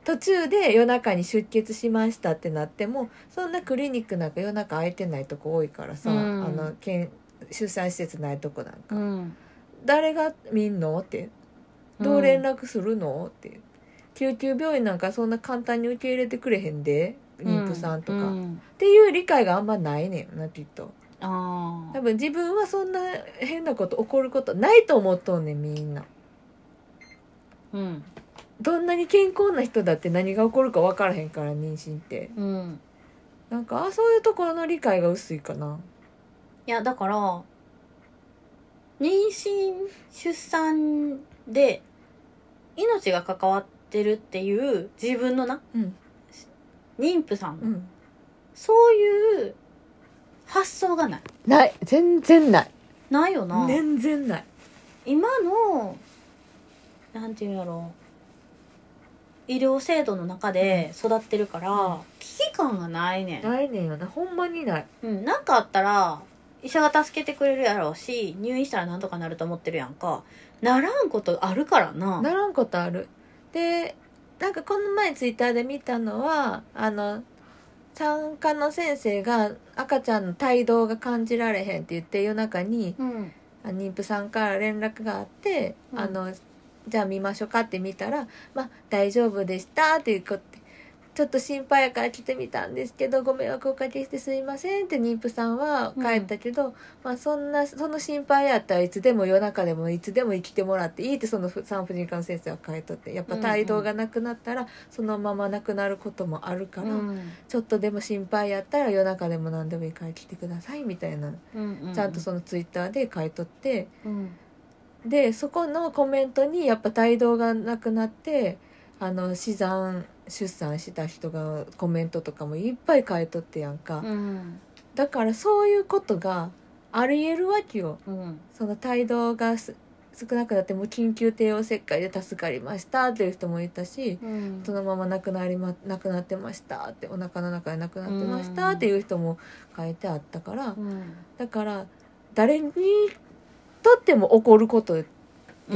S2: 途中で夜中に出血しましたってなってもそんなクリニックなんか夜中空いてないとこ多いからさ、
S1: うん
S2: あのけん出産施設ないとこなんか、
S1: うん
S2: 誰が見んのってどう連絡するのって救急病院なんかそんな簡単に受け入れてくれへんで妊婦さんとか、
S1: う
S2: っ
S1: ん
S2: ていう理解があんまないねんなきっと
S1: あ
S2: 多分自分はそんな変なこと起こることないと思っとんねんみんな
S1: ーうん
S2: どんなに健康な人だって何が起こるか分からへんから妊娠って
S1: うん
S2: なんかあそういうところの理解が薄いかない
S1: やだから妊娠出産で命が関わってるっていう自分のな
S2: うん
S1: 妊婦さんの、
S2: うん
S1: そういう発想がない
S2: ない全然ない
S1: ないよな、
S2: 全然ない
S1: 今のなんていうんやろ医療制度の中で育ってるから、
S2: うん
S1: 危機感がないねん
S2: ないねんよなほんまにない
S1: うん、なんかあったら医者が助けてくれるやろうし入院したらなんとかなると思ってるやんかならんことあるからな
S2: ならんことあるでなんかこの前ツイッターで見たのはあの産科の先生が赤ちゃんの胎動が感じられへんって言って夜中に
S1: うん
S2: あ妊婦さんから連絡があって、
S1: うん
S2: あのじゃあ見ましょうかって見たら「まあ大丈夫でした」っていうことちょっと心配やから来てみたんですけどご迷惑おかけしてすいませんって妊婦さんは帰ったけど、まあそんなその心配やったらいつでも夜中でもいつでも生きてもらっていいってその産婦人科の先生は書いとってやっぱ態度がなくなったらそのまま亡くなることもあるから、
S1: うん
S2: ちょっとでも心配やったら夜中でも何でもいいから来てくださいみたいな
S1: うん
S2: ちゃんとそのツイッターで書いとって、
S1: うん
S2: でそこのコメントにやっぱ帯同がなくなってあの死産出産した人がコメントとかもいっぱい書いとってやんか、
S1: うん
S2: だからそういうことがありえるわけよ
S1: うん
S2: その帯同がす少なくなってもう緊急帝王切開で助かりましたっていう人もいたし
S1: うん
S2: そのまま亡くなりま亡くなってましたってお腹の中で亡くなってましたっていう人も書いてあったから、
S1: うん
S2: だから誰にとっても起こることや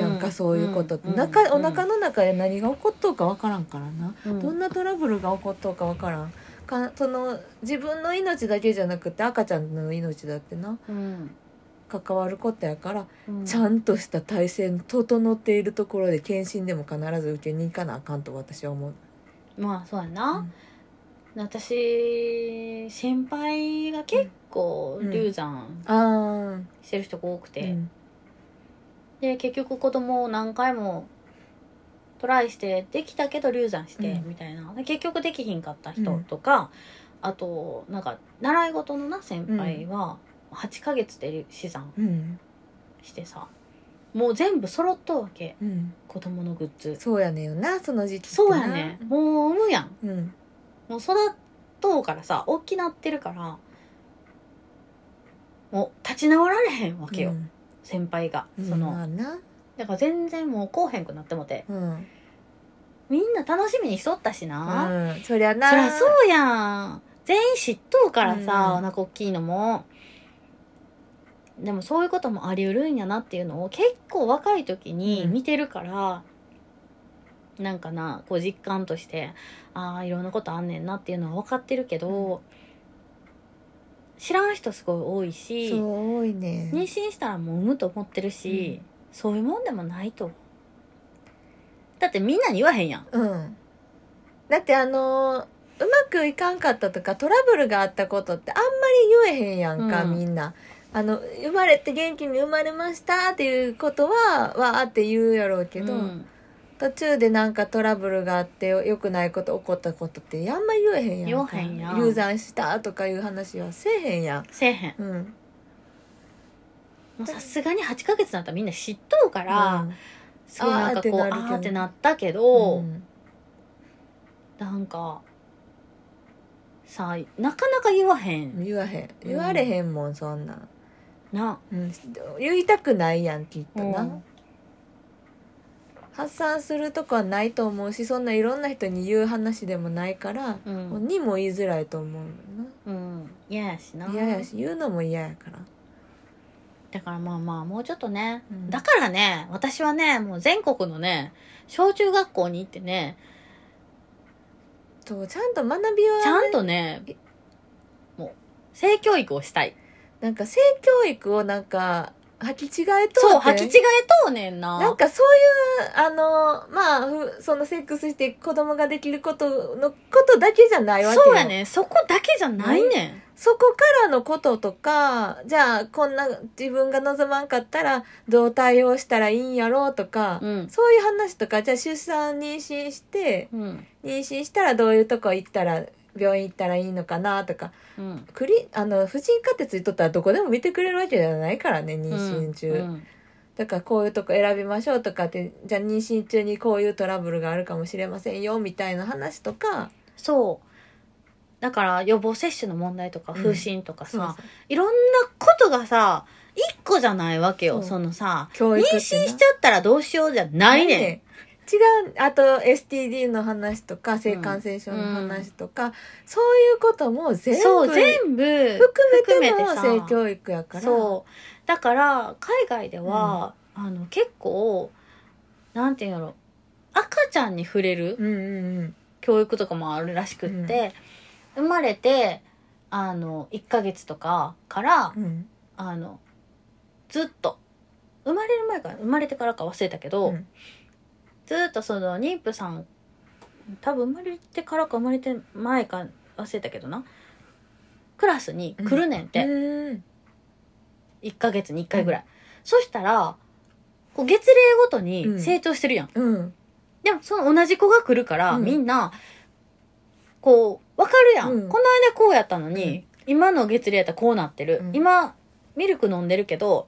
S2: んか、
S1: うん
S2: そういうことって、
S1: うん
S2: 中
S1: うん
S2: お腹の中で何が起こっとうかわからんからな、
S1: うん
S2: どんなトラブルが起こっとうかわからんかその自分の命だけじゃなくて赤ちゃんの命だってな
S1: うん
S2: 関わることやから、
S1: うん
S2: ちゃんとした体制の整っているところで検診でも必ず受けに行かなあかんと私は思う。
S1: まあそうや
S2: う
S1: な、
S2: ん
S1: 私先輩が結構
S2: うん
S1: 流産
S2: あ
S1: してる人が多く
S2: ー
S1: て、
S2: うん
S1: で結局子供を何回もトライしてできたけど流産して
S2: うん
S1: みたいな、で結局できひんかった人とか、あとなんか習い事のな先輩は8ヶ月で死産
S2: うん
S1: してさもう全部揃っとうわけ
S2: うん、
S1: 子供のグッズ
S2: そうやねんよなその時期ってな
S1: そうやねもう産むやん
S2: うん
S1: もう育っとうからさ大きなってるからもう立ち直られへんわけよ、
S2: うん
S1: 先輩が、
S2: うん
S1: そ
S2: ま
S1: の
S2: あな
S1: だから全然もうこうへんくなってもて
S2: うん
S1: みんな楽しみにしとったしな。
S2: うん、そりゃな
S1: そりゃそうやん。全員知っとうからさ、
S2: うん
S1: お腹大きいのも。でもそういうこともあり得るんやなっていうのを結構若い時に見てるから、なんかな、こう実感として、ああ、いろんなことあんねんなっていうのは分かってるけど、知らん人すごい多いし、
S2: そう多いね
S1: 妊娠したらもう産むと思ってるし、そういうもんでもないと。だってみんなに言わへんやん。
S2: うんだってあのーうまくいかんかったとかトラブルがあったことってあんまり言えへんやんか、
S1: うん
S2: みんなあの生まれて元気に生まれましたっていうことはわーって言うやろうけど、
S1: うん
S2: 途中でなんかトラブルがあって良くないこと起こったことってあんまり言えへんやんか
S1: 言わへんやん
S2: 流産したとかいう話はせえへんやん
S1: せえへん
S2: うん
S1: もうさすがに8ヶ月だったらみんな知っとうから、
S2: うん
S1: すごいなんかこうあ
S2: あーってなるけど
S1: ーってなったけど、
S2: うん
S1: なんかさなかなか言わへん
S2: 言わへん言われへんもんそんなん
S1: な、
S2: うん、言いたくないやんきっとな、
S1: うん
S2: 発散するとこはないと思うしそんないろんな人に言う話でもないから、
S1: う
S2: 本
S1: ん
S2: 人も言いづらいと思うもん
S1: うん、嫌やしな
S2: な嫌やし言うのも嫌やから
S1: だからまあまあ、もうちょっとね、
S2: うん
S1: だからね、私はね、もう全国のね、小中学校に行ってね、
S2: とちゃんと学びを
S1: ちゃんとね、もう、性教育をしたい。
S2: なんか性教育をなんか履き違えと
S1: そう、
S2: って
S1: 履き違えとうねんな。
S2: なんかそういうあのまあふそのセックスして子供ができることのことだけじゃないわけよ
S1: そうやね。そこだけじゃないねん。
S2: そこからのこととかじゃあこんな自分が望まんかったらどう対応したらいいんやろうとか、
S1: うん
S2: そういう話とかじゃあ出産妊娠して
S1: うん。
S2: 妊娠したらどういうとこ行ったら病院行ったらいいのかなとか
S1: うん。
S2: クリあの婦人科ってついとったらどこでも見てくれるわけじゃないからね妊娠中、
S1: うん
S2: だからこういうとこ選びましょうとかってじゃあ妊娠中にこういうトラブルがあるかもしれませんよみたいな話とか
S1: そう。だから予防接種の問題とか
S2: うん
S1: 風疹とかさ、
S2: そうそう
S1: いろんなことがさ、一個じゃないわけよ、
S2: そう
S1: そのさ。
S2: 教
S1: 妊娠
S2: 育ってな
S1: しちゃったらどうしようじゃないねん。
S2: ね違うあと STD の話とか性感染症の話とか、そういうことも全部
S1: そう、
S2: 含
S1: 全部
S2: めての
S1: さ
S2: 性教育やから
S1: そう。だから、海外では、あの、結構、なんていうんやろ、赤ちゃんに触れる
S2: うんうんうん
S1: 教育とかもあるらしくって、生まれて、あの、1ヶ月とかから、
S2: うん
S1: あの、ずっと、生まれる前から、生まれてからか忘れたけど、
S2: うん
S1: ずっとその妊婦さん、多分生まれてからか生まれて前か忘れたけどな、クラスに来るねんって、
S2: うん
S1: 1ヶ月に1回ぐらい。そしたら、こう月齢ごとに成長してるやん。
S2: うん
S1: でもその同じ子が来るから、
S2: うん
S1: みんな、こう、わかるやん,、
S2: うん
S1: この間こうやったのに、今の月齢やったらこうなってる、
S2: うん
S1: 今、ミルク飲んでるけど、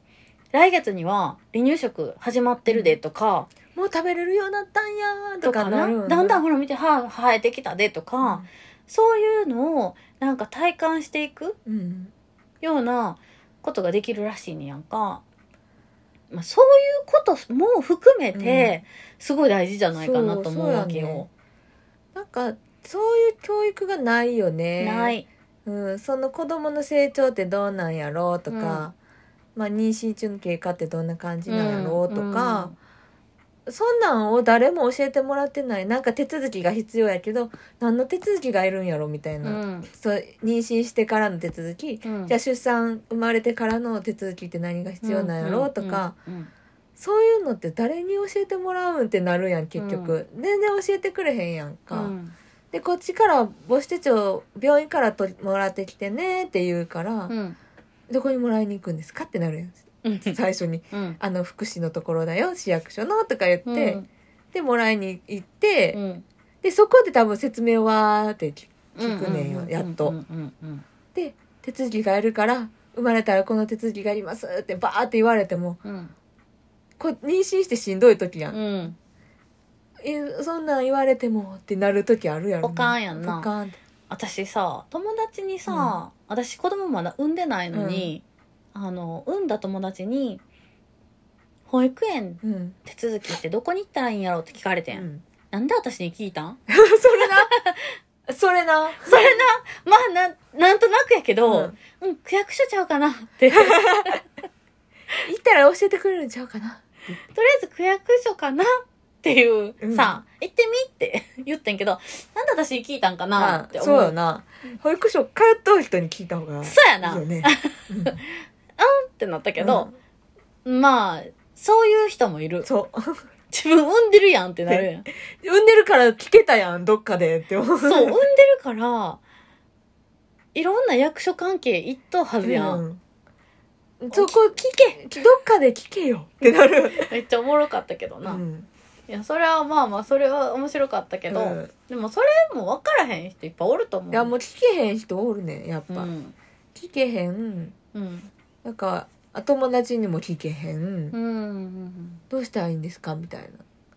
S1: 来月には離乳食始まってるでとか、
S2: もう食べれるようになったんやーと
S1: と
S2: か
S1: か
S2: な
S1: な、
S2: るよね
S1: だんだんほら見て、歯生えてきたでとか、そういうのをなんか体感していく
S2: うんうん
S1: ようなことができるらしいねやんか。まあ、そういうことも含めて、すごい大事じゃないかなと思うわけ
S2: そうそうや
S1: よ
S2: ね。なんかそういう教育がないよね
S1: ない。
S2: うん、その子供の成長ってどうなんやろうとか、まあ、妊娠中の経過ってどんな感じなんやろうとか、そんなんを誰も教えてもらってないなんか手続きが必要やけど何の手続きがいるんやろみたい
S1: うん
S2: な、
S1: うん
S2: そう妊娠してからの手続き、
S1: うん
S2: じゃあ出産生まれてからの手続きって何が必要なんやろうとか、、
S1: うんうんうん
S2: そういうのって誰に教えてもらうんってなるやん結局、全然教えてくれへんやんか。
S1: うん
S2: でこっちから母子手帳病院からともらってきてねって言うから、
S1: うん
S2: どこにもらいに行くんですかってなるやん
S1: うん
S2: 最初に
S1: うん
S2: 「あの福祉のところだよ市役所の」とか言って、でもらいに行っ
S1: う
S2: て、
S1: ん
S2: でそこで多分説明はーって聞く
S1: うん
S2: 聞くねんよやっと
S1: うんうんうん
S2: で手続きがいるから生まれたらこの手続きがありますってバーって言われても
S1: うん
S2: こう妊娠してしんどい時や、
S1: うんん
S2: えそんなん言われてもってなる時あるやろ
S1: ポカーンやんな
S2: ポカーンって
S1: 私さ友達にさ、私子供まだ産んでないのに、あの産んだ友達に「保育園
S2: うん、
S1: 手続きってどこに行ったらいいんやろ?」って聞かれてん、
S2: うん、
S1: なんで私に聞いたん
S2: それなそれな
S1: それなまあなんなんとなくやけど、う
S2: うんん、
S1: 区役所ちゃうかなって
S2: 行ったら教えてくれるんちゃうかな
S1: とりあえず区役所かなっていう、
S2: うん
S1: さ、行ってみって 言ってんけど、なんで私に聞いたんかなって思う。
S2: そうよな保育所通っとる人に聞いた方がい
S1: そうやない
S2: よねうん
S1: ってなったけど、まあ、そういう人もいる。
S2: そう
S1: 自分産んでるやんってなるやん。
S2: 産んでるから聞けたやんどっかでって思う
S1: そう、産んでるから、いろんな役所関係行っとうはずやん。
S2: うんそこ聞けどっかで聞けよってなる
S1: めっちゃおもろかったけどな。い
S2: うん
S1: や、それはまあまあ、それは面白かったけど、
S2: うん
S1: でもそれも分からへん人いっぱいおると思う。
S2: いやもう聞けへん人おるねんやっ
S1: う
S2: ぱ、
S1: ん。
S2: 聞けへん
S1: うん。
S2: なんか友達にも聞けへん、
S1: うん。うん。
S2: どうしたらいいんですかみたい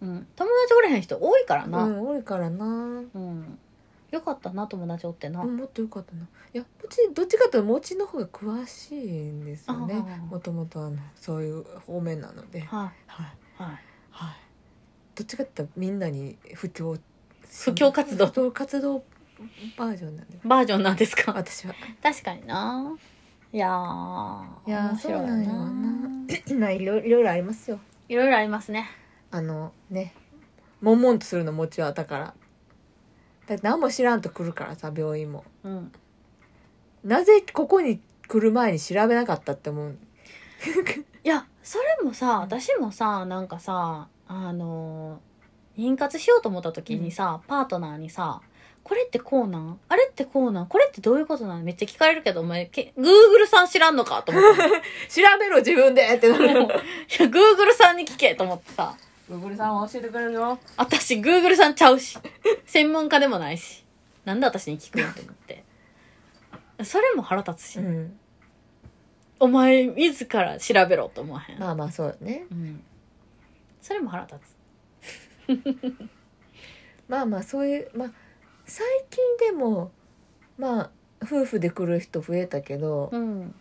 S1: うん。友達おれへん人多いから
S2: な、
S1: な。
S2: うん、おるからな
S1: うん。よかったな、友達おってな。
S2: うんもっとよかったないやうちどっちかというともちの方が詳しいんですよね
S1: ああ
S2: もともとあのそういう方面なのではい
S1: は
S2: は
S1: い。
S2: い、
S1: はい。
S2: どっちかっていうとみんなに布教
S1: 布教活動
S2: 布教活動バージョンなんで
S1: バージョンなんですか
S2: 私は
S1: 確かにな。いやー
S2: いやー
S1: 面白いよ
S2: そうなんやろなまあいろいろいろありますよ
S1: いろいろありますね
S2: あのね悶々とするのもちはだからだって何も知らんと来るからさ病院も
S1: うん
S2: なぜここに来る前に調べなかったって思う
S1: いやそれもさ私もさなんかさあのー妊活しようと思った時にさ、パートナーにさこれってこうなんあれってこうなんこれってどういうことなんめっちゃ聞かれるけど、お前、け Google さん知らんのかと思って。
S2: 調べろ自分でってなる
S1: いや、Google さんに聞けと思ってさ。
S2: グーグルさんは教えてくれるよ
S1: 私、Google さんちゃうし。専門家でもないし。なんで私に聞くのと思って。それも腹立つし。
S2: うん
S1: お前、自ら調べろと思わへん。
S2: まあまあそうよね
S1: うん。それも腹立つ。
S2: まあまあそういうまあ最近でもまあ夫婦で来る人増えたけど、
S1: うん。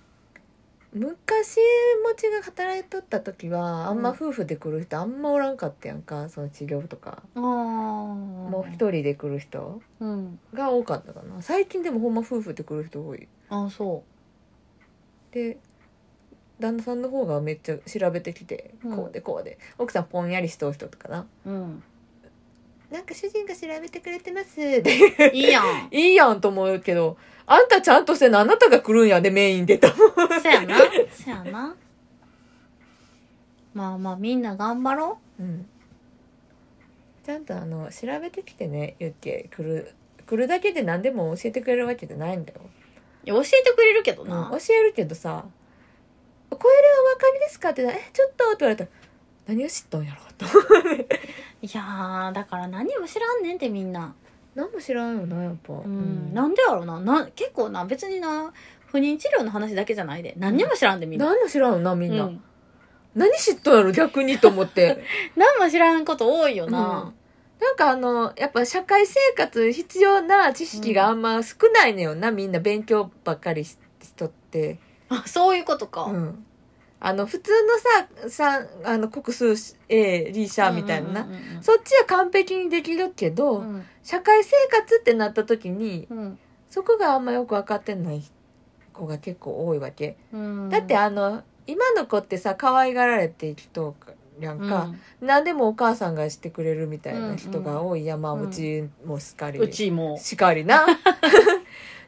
S2: 昔持ちが働いとった時はあんま夫婦で来る人あんまおらんかったやんかその治療とか、
S1: ああ。も
S2: もう一。人で来る人
S1: うん。
S2: が多かったかな最近でもほんま夫婦で来る人多い
S1: ああ、そ
S2: で旦那さんの方がめっちゃ調べてきて、
S1: うん
S2: こうでこうで奥さんぽんやりしとう人とかな
S1: う。うん。
S2: なんか主人が調べてくれてますって。
S1: いいやん
S2: いいやんと思うけどあんたちゃんとしてんのあなたが来るんやでメインでと
S1: そやな。そやな。まあまあ、みんな頑張ろ
S2: うん、ちゃんとあの調べてきてねユッケ来る来るだけで何でも教えてくれるわけじゃないんだよ、
S1: う。いや教えてくれるけど
S2: うん
S1: な。
S2: 教えるけどさ「これはお分かりですか?」って「えちょっと」って言われたら「何を知っとんやろ?」と
S1: いやー、だから何も知らんねんってみんな。
S2: 何も知らんよなやっぱ、う
S1: うん、
S2: な
S1: なんでやろなな結構な別にな不妊治療の話だけじゃないで何にも知らんでみんな、
S2: 何も知らんよなみんな、
S1: うん
S2: 何知っとんやろ逆にと思 って、
S1: 何も知らんこと多いよ
S2: うん
S1: な、
S2: なんかあのやっぱ社会生活必要な知識があんま少ないのよな、みんな勉強ばっかりししとって
S1: あそういうことか、
S2: うん、あの普通のささあの国数 A リーシャーみたいなな、
S1: うんうん
S2: そっちは完璧にできるけど、
S1: うんうん
S2: 社会生活ってなった時に
S1: うん
S2: そこがあんまよく分かってない子が結構多いわけ、
S1: うん
S2: だってあの今の子ってさ可愛がられてきとうやんか、何でもお母さんがしてくれるみたいな人が多いや、まあ
S1: うん
S2: うちもしかり、
S1: うん、うちも
S2: しか りな。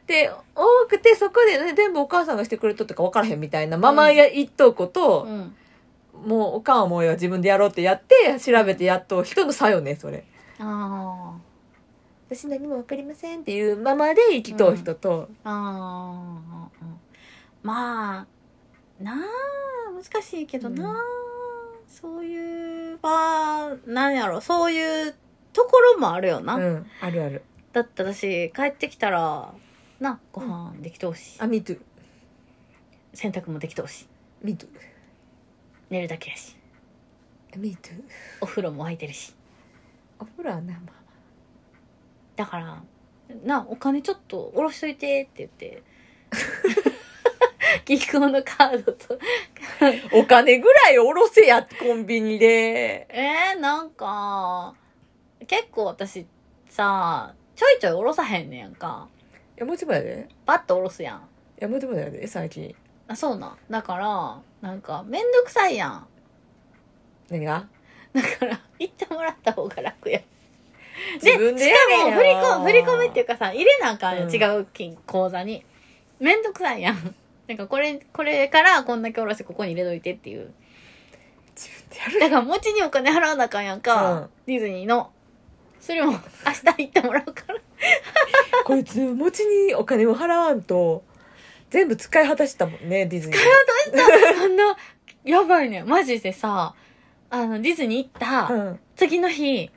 S2: で、多くてそこで、ね、全部お母さんがしてくれとったか分からへんみたいなままや、言っとうこと、
S1: ん、
S2: もうおかんはもうええわ自分でやろうってやって、調べてやっとう人の差よね、それ。
S1: あ
S2: 私何も分かりませんっていうままで生きとう人と、
S1: ーあーうんまあなあ難しいけどなあ、
S2: う
S1: そういう場なんやろそういうところもあるよ
S2: う
S1: な、
S2: ん、あるある。
S1: だって私帰ってきたらなご飯できとうし、
S2: あ、ミートゥー。
S1: 洗濯もできとうし
S2: ミートゥ
S1: 寝るだけやし
S2: ー。ミートゥー。
S1: お風呂も空いてるし
S2: お風呂はな、まあま
S1: だからなお金ちょっと下ろしといてって言って銀行のカードと
S2: あお金ぐらいおろせや、コンビニで。
S1: えー、なんか結構私さちょいちょい下ろさへんねやんか
S2: いや、もちろんやで。
S1: バッと下ろすやん
S2: いや、もちろんやで、最近。
S1: あそうなんだからなんかめんどくさいやん
S2: 何が
S1: だから行ってもらった方が楽やん
S2: 自分でやれよ
S1: しかも振り込む振り込みっていうかさ入れなあかんよ、
S2: うん
S1: 違う金口座にめんどくさいやん なんかこれこれからこんだけ下ろしてここに入れといてっていう
S2: 自分でやる
S1: だから持ちにお金払わなあかんやんか、
S2: うん
S1: ディズニーのそれも 明日行ってもらうから
S2: こいつ持ちにお金を払わんと全部使い果たしたもんねディズニー
S1: あんなやばいねマジでさあのディズニー行った、
S2: うんうん
S1: 次の日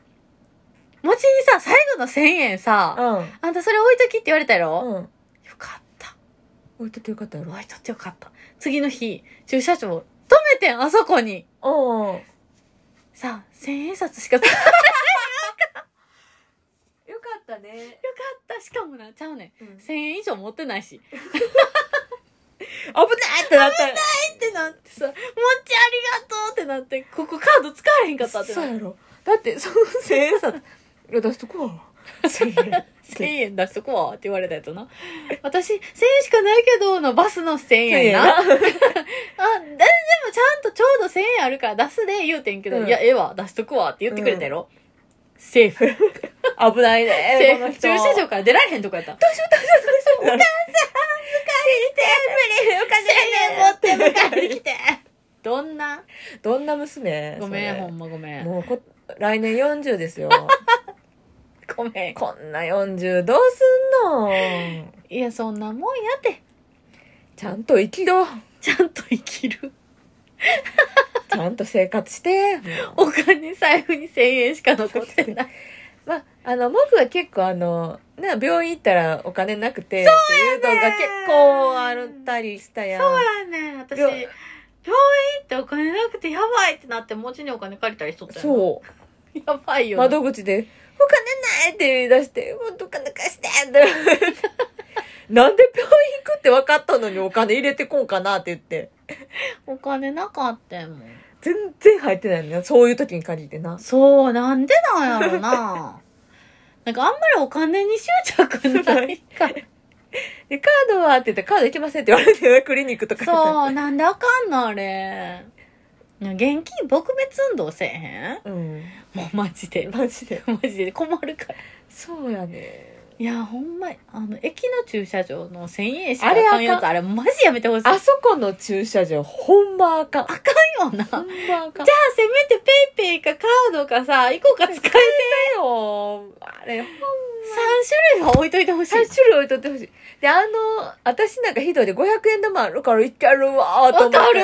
S1: 持ちにさ最後の1000円さ、あんたそれ置いときって言われたやろ、よ
S2: うん
S1: かった
S2: 置いとってよかったやろ
S1: 置いとってよかった。次の日、駐車場、止めてん、あそこに。
S2: うんよ
S1: さあ、千円札しか使わなか
S2: かったね
S1: った。しかもな、ちゃうね
S2: うん
S1: ん。千円以上持ってないし。
S2: 危ないってなった
S1: ってなってさ、持ちありがとうってなって、ここカード使われへんかったって
S2: そう
S1: な
S2: やろだってその千円札いや出しとこう 1000
S1: 1000円出しとくわって言われたやつな。私、1000円しかないけど、のバスの1000円な。あ、ででもちゃんとちょうど1000円あるから出すで言うてんけど、
S2: うん
S1: いや、ええわ、出しとくわって言ってくれたやろ。セーフ。
S2: 危ない
S1: セ
S2: ね。こ
S1: ー
S2: の
S1: フ。
S2: 人
S1: 駐車場から出られへんとこやった。どうしよう
S2: どうしよう
S1: 無理無理、お金持って迎えに来て。どんな
S2: どんな娘
S1: ごめん、ほ
S2: ん
S1: んまごめん。
S2: もうこ、来年40です よ。
S1: ごめん。
S2: こんな40どうすんの
S1: いや、そんなもんやて。
S2: ちゃんと生きろ。
S1: ちゃんと生きる。
S2: ちゃんと生活して。
S1: お金、財布に1000円しか残ってない。
S2: まあ、あの、僕は結構あの、な、病院行ったらお金なくて、っていうのが結構あったりしたやん。
S1: そうやねん私
S2: いや
S1: 病院ってお金なくてやばいってなって持ちにお金借りたりしとったよな
S2: そう。
S1: やばいよな
S2: 窓口で、お金ないって言い出して、もうどかなかしてって。 なんで病院行くって分かったのにお金入れてこんかなって言って。
S1: お金なかったもん
S2: 全然入ってないのよ。そういう時に限ってな。
S1: そうなんでなんやろ ななんかあんまりお金に執着ないから
S2: で、カードはって言って、カード行きませんって言われて、 クリニックとか行ったら
S1: そうなんであかんのあれな現金撲滅運動せえへん
S2: うん。
S1: もうマジで
S2: マジで。
S1: マジで困るから
S2: そうやね。
S1: いやほんまあの駅の駐車場の1000円しか
S2: あれあかん
S1: んやつあれマジやめてほしい
S2: あそこの駐車場、ほんまあかん。あ
S1: あんよな
S2: ほんまあかん。
S1: じゃあせめてペイペイかカードかさ、イコカ使えて3
S2: あよ、あれ、
S1: 種類は置いといてほしい。
S2: 最種類置いとってほしい。で、あの、私なんかひどいで500円玉あるから行っちゃるわーと思って。
S1: わかる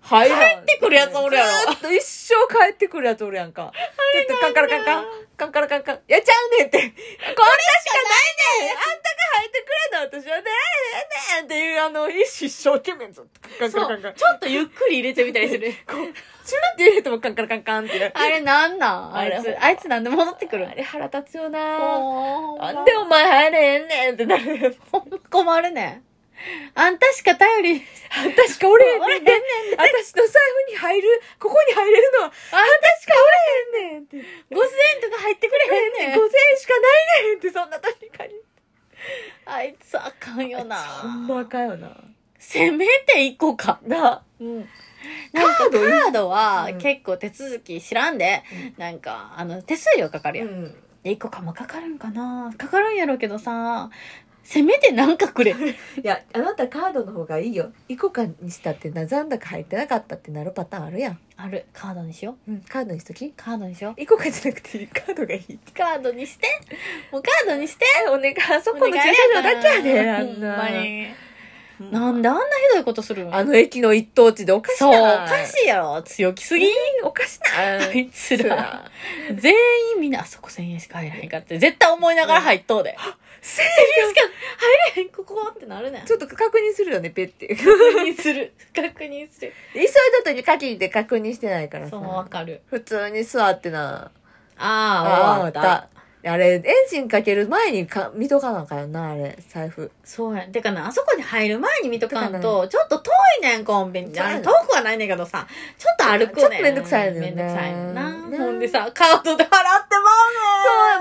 S2: 入らん
S1: 帰ってくるやつおるやろ
S2: ずーっと一生帰ってくるやつおるやんか。ちょっとカンカラカンカン、カンカラカンカン、やっちゃうねんって。これしかないねんあんたが入ってくれな私は出られへんねんっていうあの、一生一生懸命ずっとカンカ
S1: そ
S2: ラカン
S1: う
S2: カン。。
S1: ちょっとゆっくり入れてみたりする。
S2: こう、チュルって入れてもカンカラカンカンってな る。
S1: あれなんなんあ
S2: あれ
S1: いつ、あいつなんで戻ってくる
S2: あれ腹立つよな
S1: ほ
S2: なんんでお前入れへんねんって なる。
S1: ほんま困るねん。あんたしか頼り、
S2: 確か俺へん
S1: おれ
S2: ね
S1: へん
S2: ん
S1: ねん
S2: で。私の財布に入る、ここに入れるのは、
S1: あんたしか
S2: 入れへんねんって。
S1: 5000円とか入ってくれへんね
S2: 5000
S1: ん。
S2: 円しかないねんって、そんな時に。
S1: あいつあかんよな。
S2: ほんまかよな。
S1: せめてイコカ。
S2: な、うん。
S1: なんか
S2: カードいい
S1: カードは
S2: うん
S1: 結構手続き知らんで、なんか、あの、手数料かかるやん。で、一個かもかかるんかなかかるんやろうけどさ、せめてなんか くれ。
S2: いや、あなたカードの方がいいよ。イコカにしたってな、残高入ってなかったってなるパターンあるやん。
S1: ある、カードにしよう。
S2: うん、カードにしとき。
S1: カードにしよ
S2: イコカじゃなくていい、カードがいい。
S1: う。カードにして。もうカードにして。
S2: お願い、あそ
S1: こ
S2: この駐車場だけやで、あん
S1: ほんま
S2: な。
S1: に。なんであんなひどいことするん
S2: あの駅の一等地でおかし
S1: そう、
S2: ない。
S1: おかしいやろ。強気すぎん
S2: おかしな
S1: あ
S2: い。
S1: いつら。全員みんな、あそこ1000円しか入らへんかって、絶対思いながら入っとうで。
S2: せ
S1: 1000円しか入れへん、 ここってなるねん。
S2: ちょっと確認するよね、ペって。
S1: 確認する。 確認する。
S2: 急いだ時に限って確認してないから
S1: そう、わ
S2: さ。
S1: かる。
S2: 普通に座ってな。
S1: ああ、終わった。。
S2: あれ、エンジンかける前にか見とかなあかんよな、あれ、財布。
S1: そうやん。てかな、あそこに入る前に見とかん
S2: 見とか
S1: と、ちょっと遠いねん、コンビニ。
S2: そうや
S1: あ
S2: ね
S1: の
S2: ん
S1: 遠くはないねんけどさ、ちょっと歩くねん。
S2: ちょっとめんどくさいのよね
S1: めんどくさいねんな。
S2: ね
S1: ほんでさ、カードで払ってまうね
S2: バ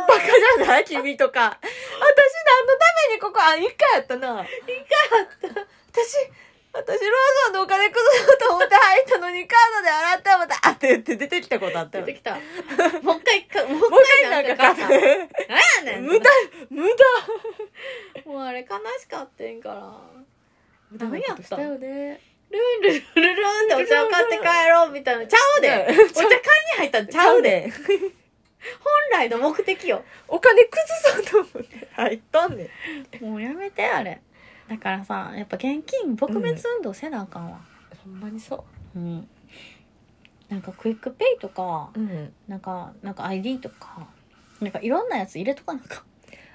S1: ん。
S2: カじゃない君とか。私何のためにここ、あ、一回やったな。一回やった。私、私、ローソンのお金崩そうと思って入ったのに、カードで洗ったまた、あって言って出てきたことあった
S1: 出
S2: よ。
S1: て
S2: もう
S1: きた。もう一回か、もう
S2: 一
S1: 一
S2: 回
S1: 回
S2: な
S1: なんん
S2: か
S1: か
S2: 買
S1: 買
S2: っ
S1: ったた。なんやねん。
S2: 無駄、無駄。
S1: もうあれ悲しかってんから。
S2: 何
S1: 何
S2: や
S1: や
S2: っ
S1: ったた
S2: よね。
S1: ルンルンルルンってお茶を買って帰ろうみたいな。ちゃうで。
S2: ね
S1: お茶買いに入ったんち
S2: ちゃ
S1: ゃ
S2: う
S1: うで。
S2: ねん。
S1: 本来の目的よ。
S2: お金崩そうと思って入ったんねん。
S1: もうやめて、あれ。だからさ、やっぱ現金撲滅運動せなあかんわ。
S2: ほんまにそ
S1: うん、なんかクイックペイとか
S2: う。うん。
S1: なんかなんか ID とかなんかいろんなやつ入れとかなんか、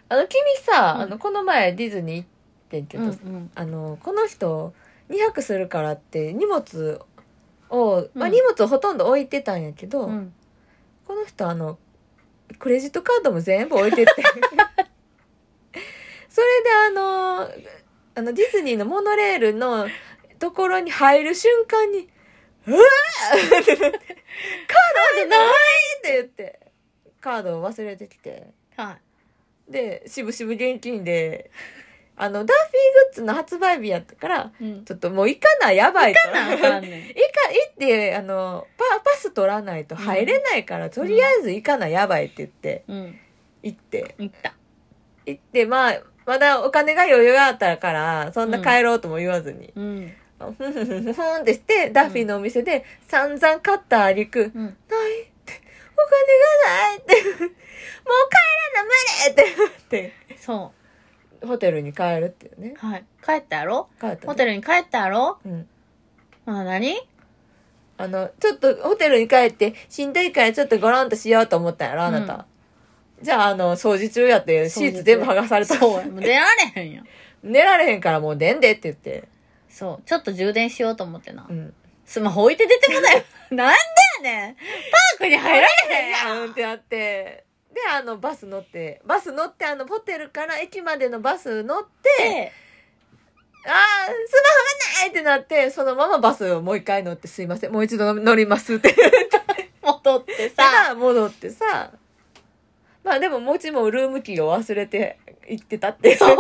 S2: あの、君さ、
S1: うん
S2: あの、この前ディズニー行ってんけど、
S1: ん、
S2: あの、この人、2泊するからって荷物を、ま
S1: う
S2: あ、
S1: ん
S2: 荷物ほとんど置いてたんやけど、
S1: うん、
S2: この人、あの、クレジットカードも全部置いてって。 それであの、あの、ディズニーのモノレールのところに入る瞬間に、うわーカードないって言って、カードを忘れてきて。
S1: はい
S2: で、しぶしぶ現金で、あの、ダーフィーグッズの発売日やったから、
S1: うん。
S2: ちょっともう行かな、やばいと。
S1: か なあかんねん。
S2: いか、行って、あの、パ、パス取らないと入れないから、とりあえず行かな、やばいって言って、
S1: うん。
S2: 行って、
S1: 行った。
S2: 行って、まあ、まだお金が余裕があったから、そんな帰ろうとも言わずに、
S1: うん。
S2: ふんふんふんふんってして、ダッフィーのお店で散々買ったあり
S1: う
S2: く、
S1: ん。
S2: ないって、お金がないって、 もう帰らな無理って、
S1: そ
S2: って、ホテルに帰るっていうね
S1: う。。はい。帰ったやろ
S2: 帰った、
S1: ホテ
S2: ル
S1: ルに帰ったやろ
S2: うん。
S1: ほな何
S2: あの、ちょっとホテルに帰って、しんどいからちょっとごろんとしようと思ったやろ、あなた。じゃあ、あの、掃除中やって、シーツ全部剥がされた。
S1: そうや。もう出られへんよ。
S2: 寝られへんからもう出んでって言って。
S1: そう。ちょっと充電しようと思ってな
S2: う。ん。
S1: スマホ置いて出てこない。 なんだよねんパークに入られへんやん。
S2: やんってなって。で、あの、バス乗って、バス乗って、あの、ホテルから駅までのバス乗って、
S1: で
S2: あー、スマホがないってなって、そのままバスをもう一回乗って、すいません、もう一度乗りますって。
S1: 戻って
S2: さ
S1: さ。
S2: あ戻ってさまあでももちもルームキーを忘れて行ってたって
S1: そう、
S2: 危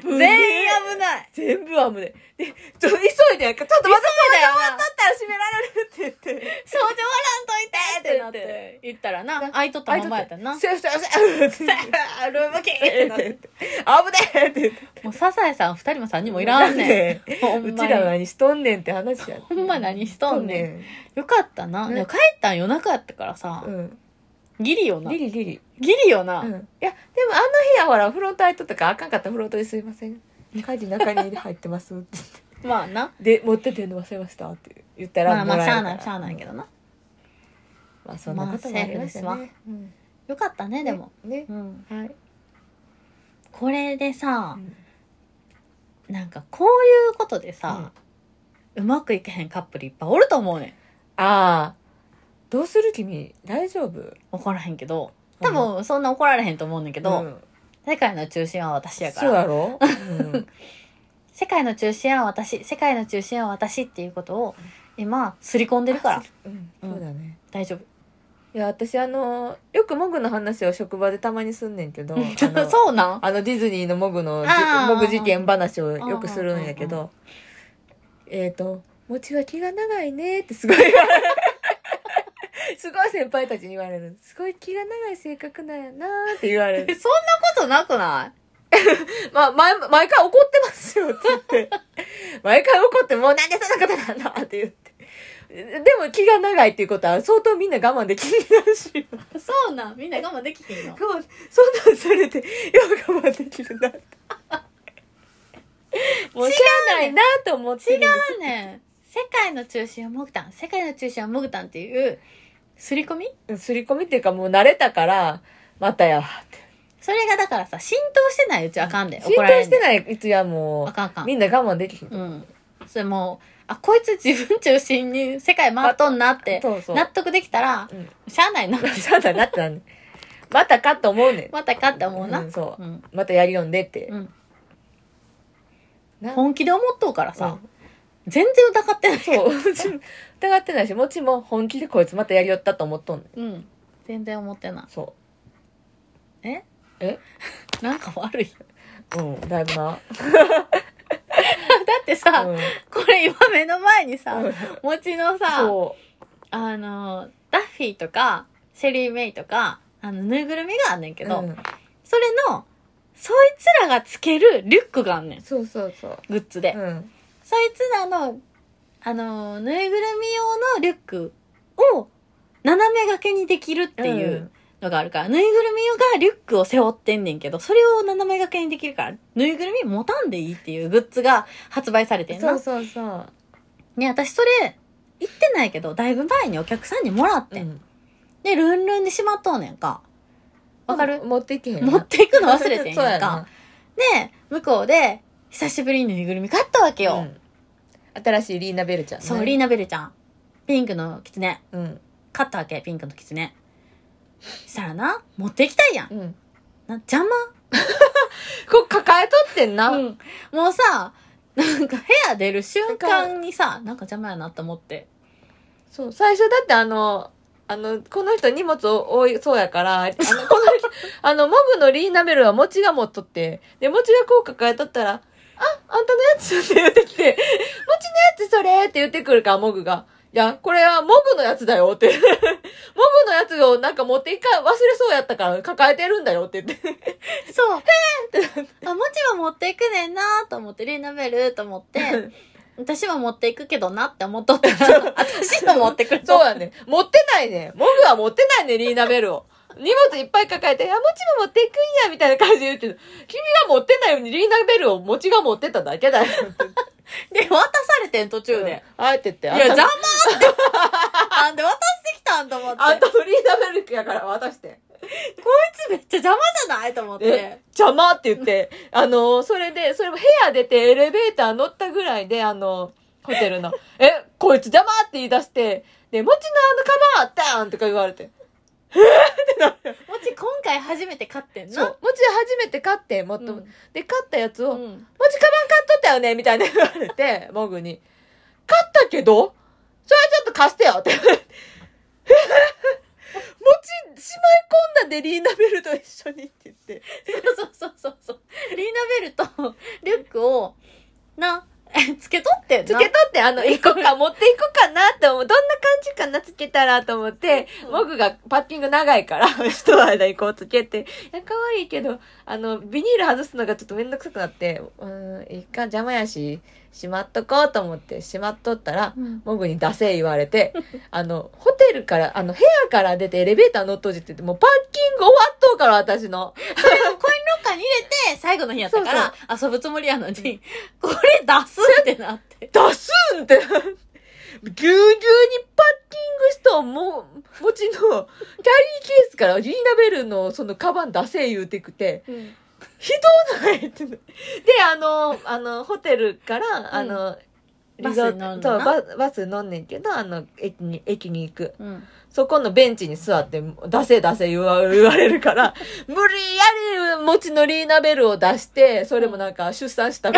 S1: 危
S2: ね
S1: ない。
S2: え
S1: 全員危ない。
S2: 全部危ねえでちょっと急いでやんかちょっとまた
S1: 急いだよな
S2: 終わっとったら閉められるって言って
S1: 掃除終わらんといてってなっ
S2: ってなって
S1: て言ったらな、空いとったままやったな。
S2: せやせやせやせや
S1: あルームキーっ
S2: え
S1: て
S2: っ
S1: な
S2: て
S1: っ。
S2: 言ってて危ねえって言って
S1: もうサザエさん二人も三人もいらんねん。ほんま
S2: う
S1: に
S2: ちら何しとんねんって話や
S1: ほんま何しとんねん
S2: ん
S1: よかったな。
S2: ね
S1: でも帰ったん夜中やったからさ
S2: う、ん
S1: ギリよな。
S2: リ
S1: ギ
S2: リリリ
S1: リよ
S2: うんい
S1: な。
S2: やでもあの日はほらフロント入っとったからあかんかったフロントですいません家事中に入ってますって
S1: まあな。
S2: で持っててんの忘れましたって言ったら
S1: まあまあ、しゃあない、しゃあ
S2: あ
S1: ないけどな。
S2: まあそんなこともありましたね、
S1: まあセーフ
S2: うん
S1: よかったね、でも。
S2: ね
S1: うん。
S2: はい、
S1: これでさ
S2: う、ん
S1: なんかこういうことでさ、うまくいけへんカップルいっぱいおると思うねん。
S2: ああどうする君大丈夫
S1: 怒らへんけど。多分そんな怒られへんと思うねんだけど、
S2: うん
S1: 世界の中心は私やか
S2: そう
S1: ら。
S2: だ ろ、うん、
S1: 世界の中心は私、世界の中心は私っていうことを今、すり込んでるから。
S2: うん、そうだね
S1: 大丈夫。
S2: いや私あのよくモグの話を職場でたまにすんねんけどあの
S1: そうなん
S2: あのディズニーのモグのじ
S1: あー
S2: モグ事件話をよくするんやけどえっ、と「餅は気が長いね」ってすごい言われる すごい先輩たちに言われるすごい気が長い性格なんやなーって言われ
S1: え
S2: る
S1: そんなことなくな
S2: まあ前毎回怒ってますよって言って 毎回怒ってもうなんでそんなことなんだって言ってでも気が長いっていうことは相当みんな我慢できるらしいよ
S1: いそうなんみんな我慢できて んの
S2: 我慢そんなんされてよく我慢できるなって。もうしゃあないなと思ってるんです。
S1: 違うねん。世界の中心はモグタン。世界の中心はモグタンっていう、すり込み
S2: うん。すり込みっていうかもう慣れたから、またやわって。
S1: それがだからさ、浸透してないうちはあかんで。
S2: 浸
S1: 怒られ
S2: 透
S1: ん
S2: し
S1: で
S2: てないいつやも
S1: あかんあか
S2: う、
S1: ん。
S2: みんな我慢できる。
S1: うん。それもう、あ、こいつ自分中心に世界回っとんなって、
S2: そうそう。
S1: 納得できたら、
S2: うん。
S1: しゃあないな。
S2: そうだなってなんねまたかと思うねん。
S1: またかって思うな。
S2: うんそう
S1: うん。
S2: またやりよんでって。
S1: うん
S2: な
S1: 本気で思っとうから
S2: う
S1: さ、
S2: ん
S1: 全然疑ってない。
S2: そう。うちも疑ってないし、もちも本気でこいつまたやりよったと思っとんねん。
S1: うん。全然思ってな
S2: そ
S1: い。え
S2: え
S1: なんか悪い。
S2: う。うん。だい ぶな。
S1: だってさ、
S2: うん。
S1: これ今目の前にさ、餅のさ、
S2: そ
S1: あの、ダッフィーとか、シェリー・メイとか、あの、ぬいぐるみがあんねん
S2: う。
S1: けど、
S2: うん
S1: それの、そいつらがつけるリュックがあんねん。
S2: そうそうそう。
S1: グッズで。
S2: うん。
S1: そいつらの、あの、ぬいぐるみ用のリュックを、斜め掛けにできるっていうのがあるから、ぬいぐるみがリュックを背負ってんねんけど、それを斜め掛けにできるから、ぬいぐるみ持たんでいいっていうグッズが発売されてんな。
S2: そうそうそう。
S1: ね、私それ、行ってないけど、だいぶ前にお客さんにもらって、
S2: うん
S1: で、ルンルンでしまっとうねんか。わかる、
S2: 持っていけへんな。
S1: 持っていくの忘れてん
S2: そう
S1: や
S2: や
S1: んか
S2: な。。
S1: で、向こうで、久しぶりにぬいぐるみ買ったわけよ。
S2: うん新しいリーナベルちゃんね。
S1: そう、リーナベルちゃん。ピンクのキツネ。
S2: うん。
S1: 買ったわけ、ピンクのキツネ。したらな、持っていきたいやん。
S2: うん。
S1: な邪魔。
S2: こう抱えとってんな。
S1: うん。もうさ、なんか部屋出る瞬間にさ、なんか邪魔やなと思って。
S2: そう、最初だってあの、あの、この人荷物多いそうやから、あの、この人、 あの、モグのリーナベルは餅が持っとって、で、餅が効果変えとったら、あ、あんたのやつって 言ってきて、餅のやつそれって言ってくるから、モグが。いや、これはモグのやつだよって。モグ のやつをなんか持っていか、忘れそうやったから抱えてるんだよって言って。
S1: そう。あ、もちは持っていくねんなと思って、リーナベルと思って、私は持っていくけどなって思っとった ら、私の持ってくる
S2: そうやね。持ってないね。モグは持ってないね、リーナベルを。荷物いっぱい抱えて、あ、餅も持っていくんや、みたいな感じで言うけど、君が持ってないようにリーナベルを餅が持ってただけだよ。
S1: で、渡されてん途中で。
S2: あえてって。い
S1: いや、邪魔って。 なんで渡してきたんと思って。
S2: あん
S1: こ
S2: たフリーダベルやから渡して。
S1: いつめっちゃ邪魔じゃないと思って
S2: え。、邪魔って言って、あの、それで、それも部屋出てエレベーター乗ったぐらいで、あの、ホテルの、え、こいつ邪魔って言い出して、で、もちのあのカバーダーンとか言われて、
S1: もち今回初めて買ってん
S2: そう、
S1: な。
S2: もち初めて買って、もっと、
S1: うん
S2: で、買ったやつを、
S1: う
S2: もち
S1: ん
S2: カバン買っとったよねみたいな言われて、 モグに、買ったけど、それはちょっと貸してよって。えへへへもち、しまい込んだデリーナベルと一緒にって言って。
S1: そうそうそうそう。リーナベルとリュックを、な、えつけとってん
S2: つけ
S1: な。
S2: とって、あの、一個か、持っていこうかなと思う。どんな感じかな、つけたらと思って、
S1: うん
S2: 僕がパッキング長いから、 一の間にこうつけて、いや、可愛いけど、あの、ビニール外すのがちょっとめんどくさくなって、うーん、一回邪魔やし、しまっとこうと思って、しまっとったら、
S1: うん
S2: モグに出せ言われて、 あの、ホテルから、あの、部屋から出てエレベーター乗っとじってて、もうパッキング終わっとうから、私の。
S1: コインロッカーに入れて、最後の日やったから、遊ぶつもりやのに、 これ出すってなって。
S2: 出すんって、ぎ ゅうぎゅうにパッキングしたも、持ちの、キャリーケースからリーナベルのそのカバン出せ言うてくて、ひどないってな。で、あの、あの、ホテルから、あの、
S1: バス
S2: リゾ
S1: に乗んの
S2: そう
S1: な
S2: ババス乗んねんけど、あの、駅に、駅に行く。
S1: うん。
S2: そこのベンチに座って、出せ出せ言わ言われるから、 無理やり持ちのリーナベルを出して、それもなんか出産した。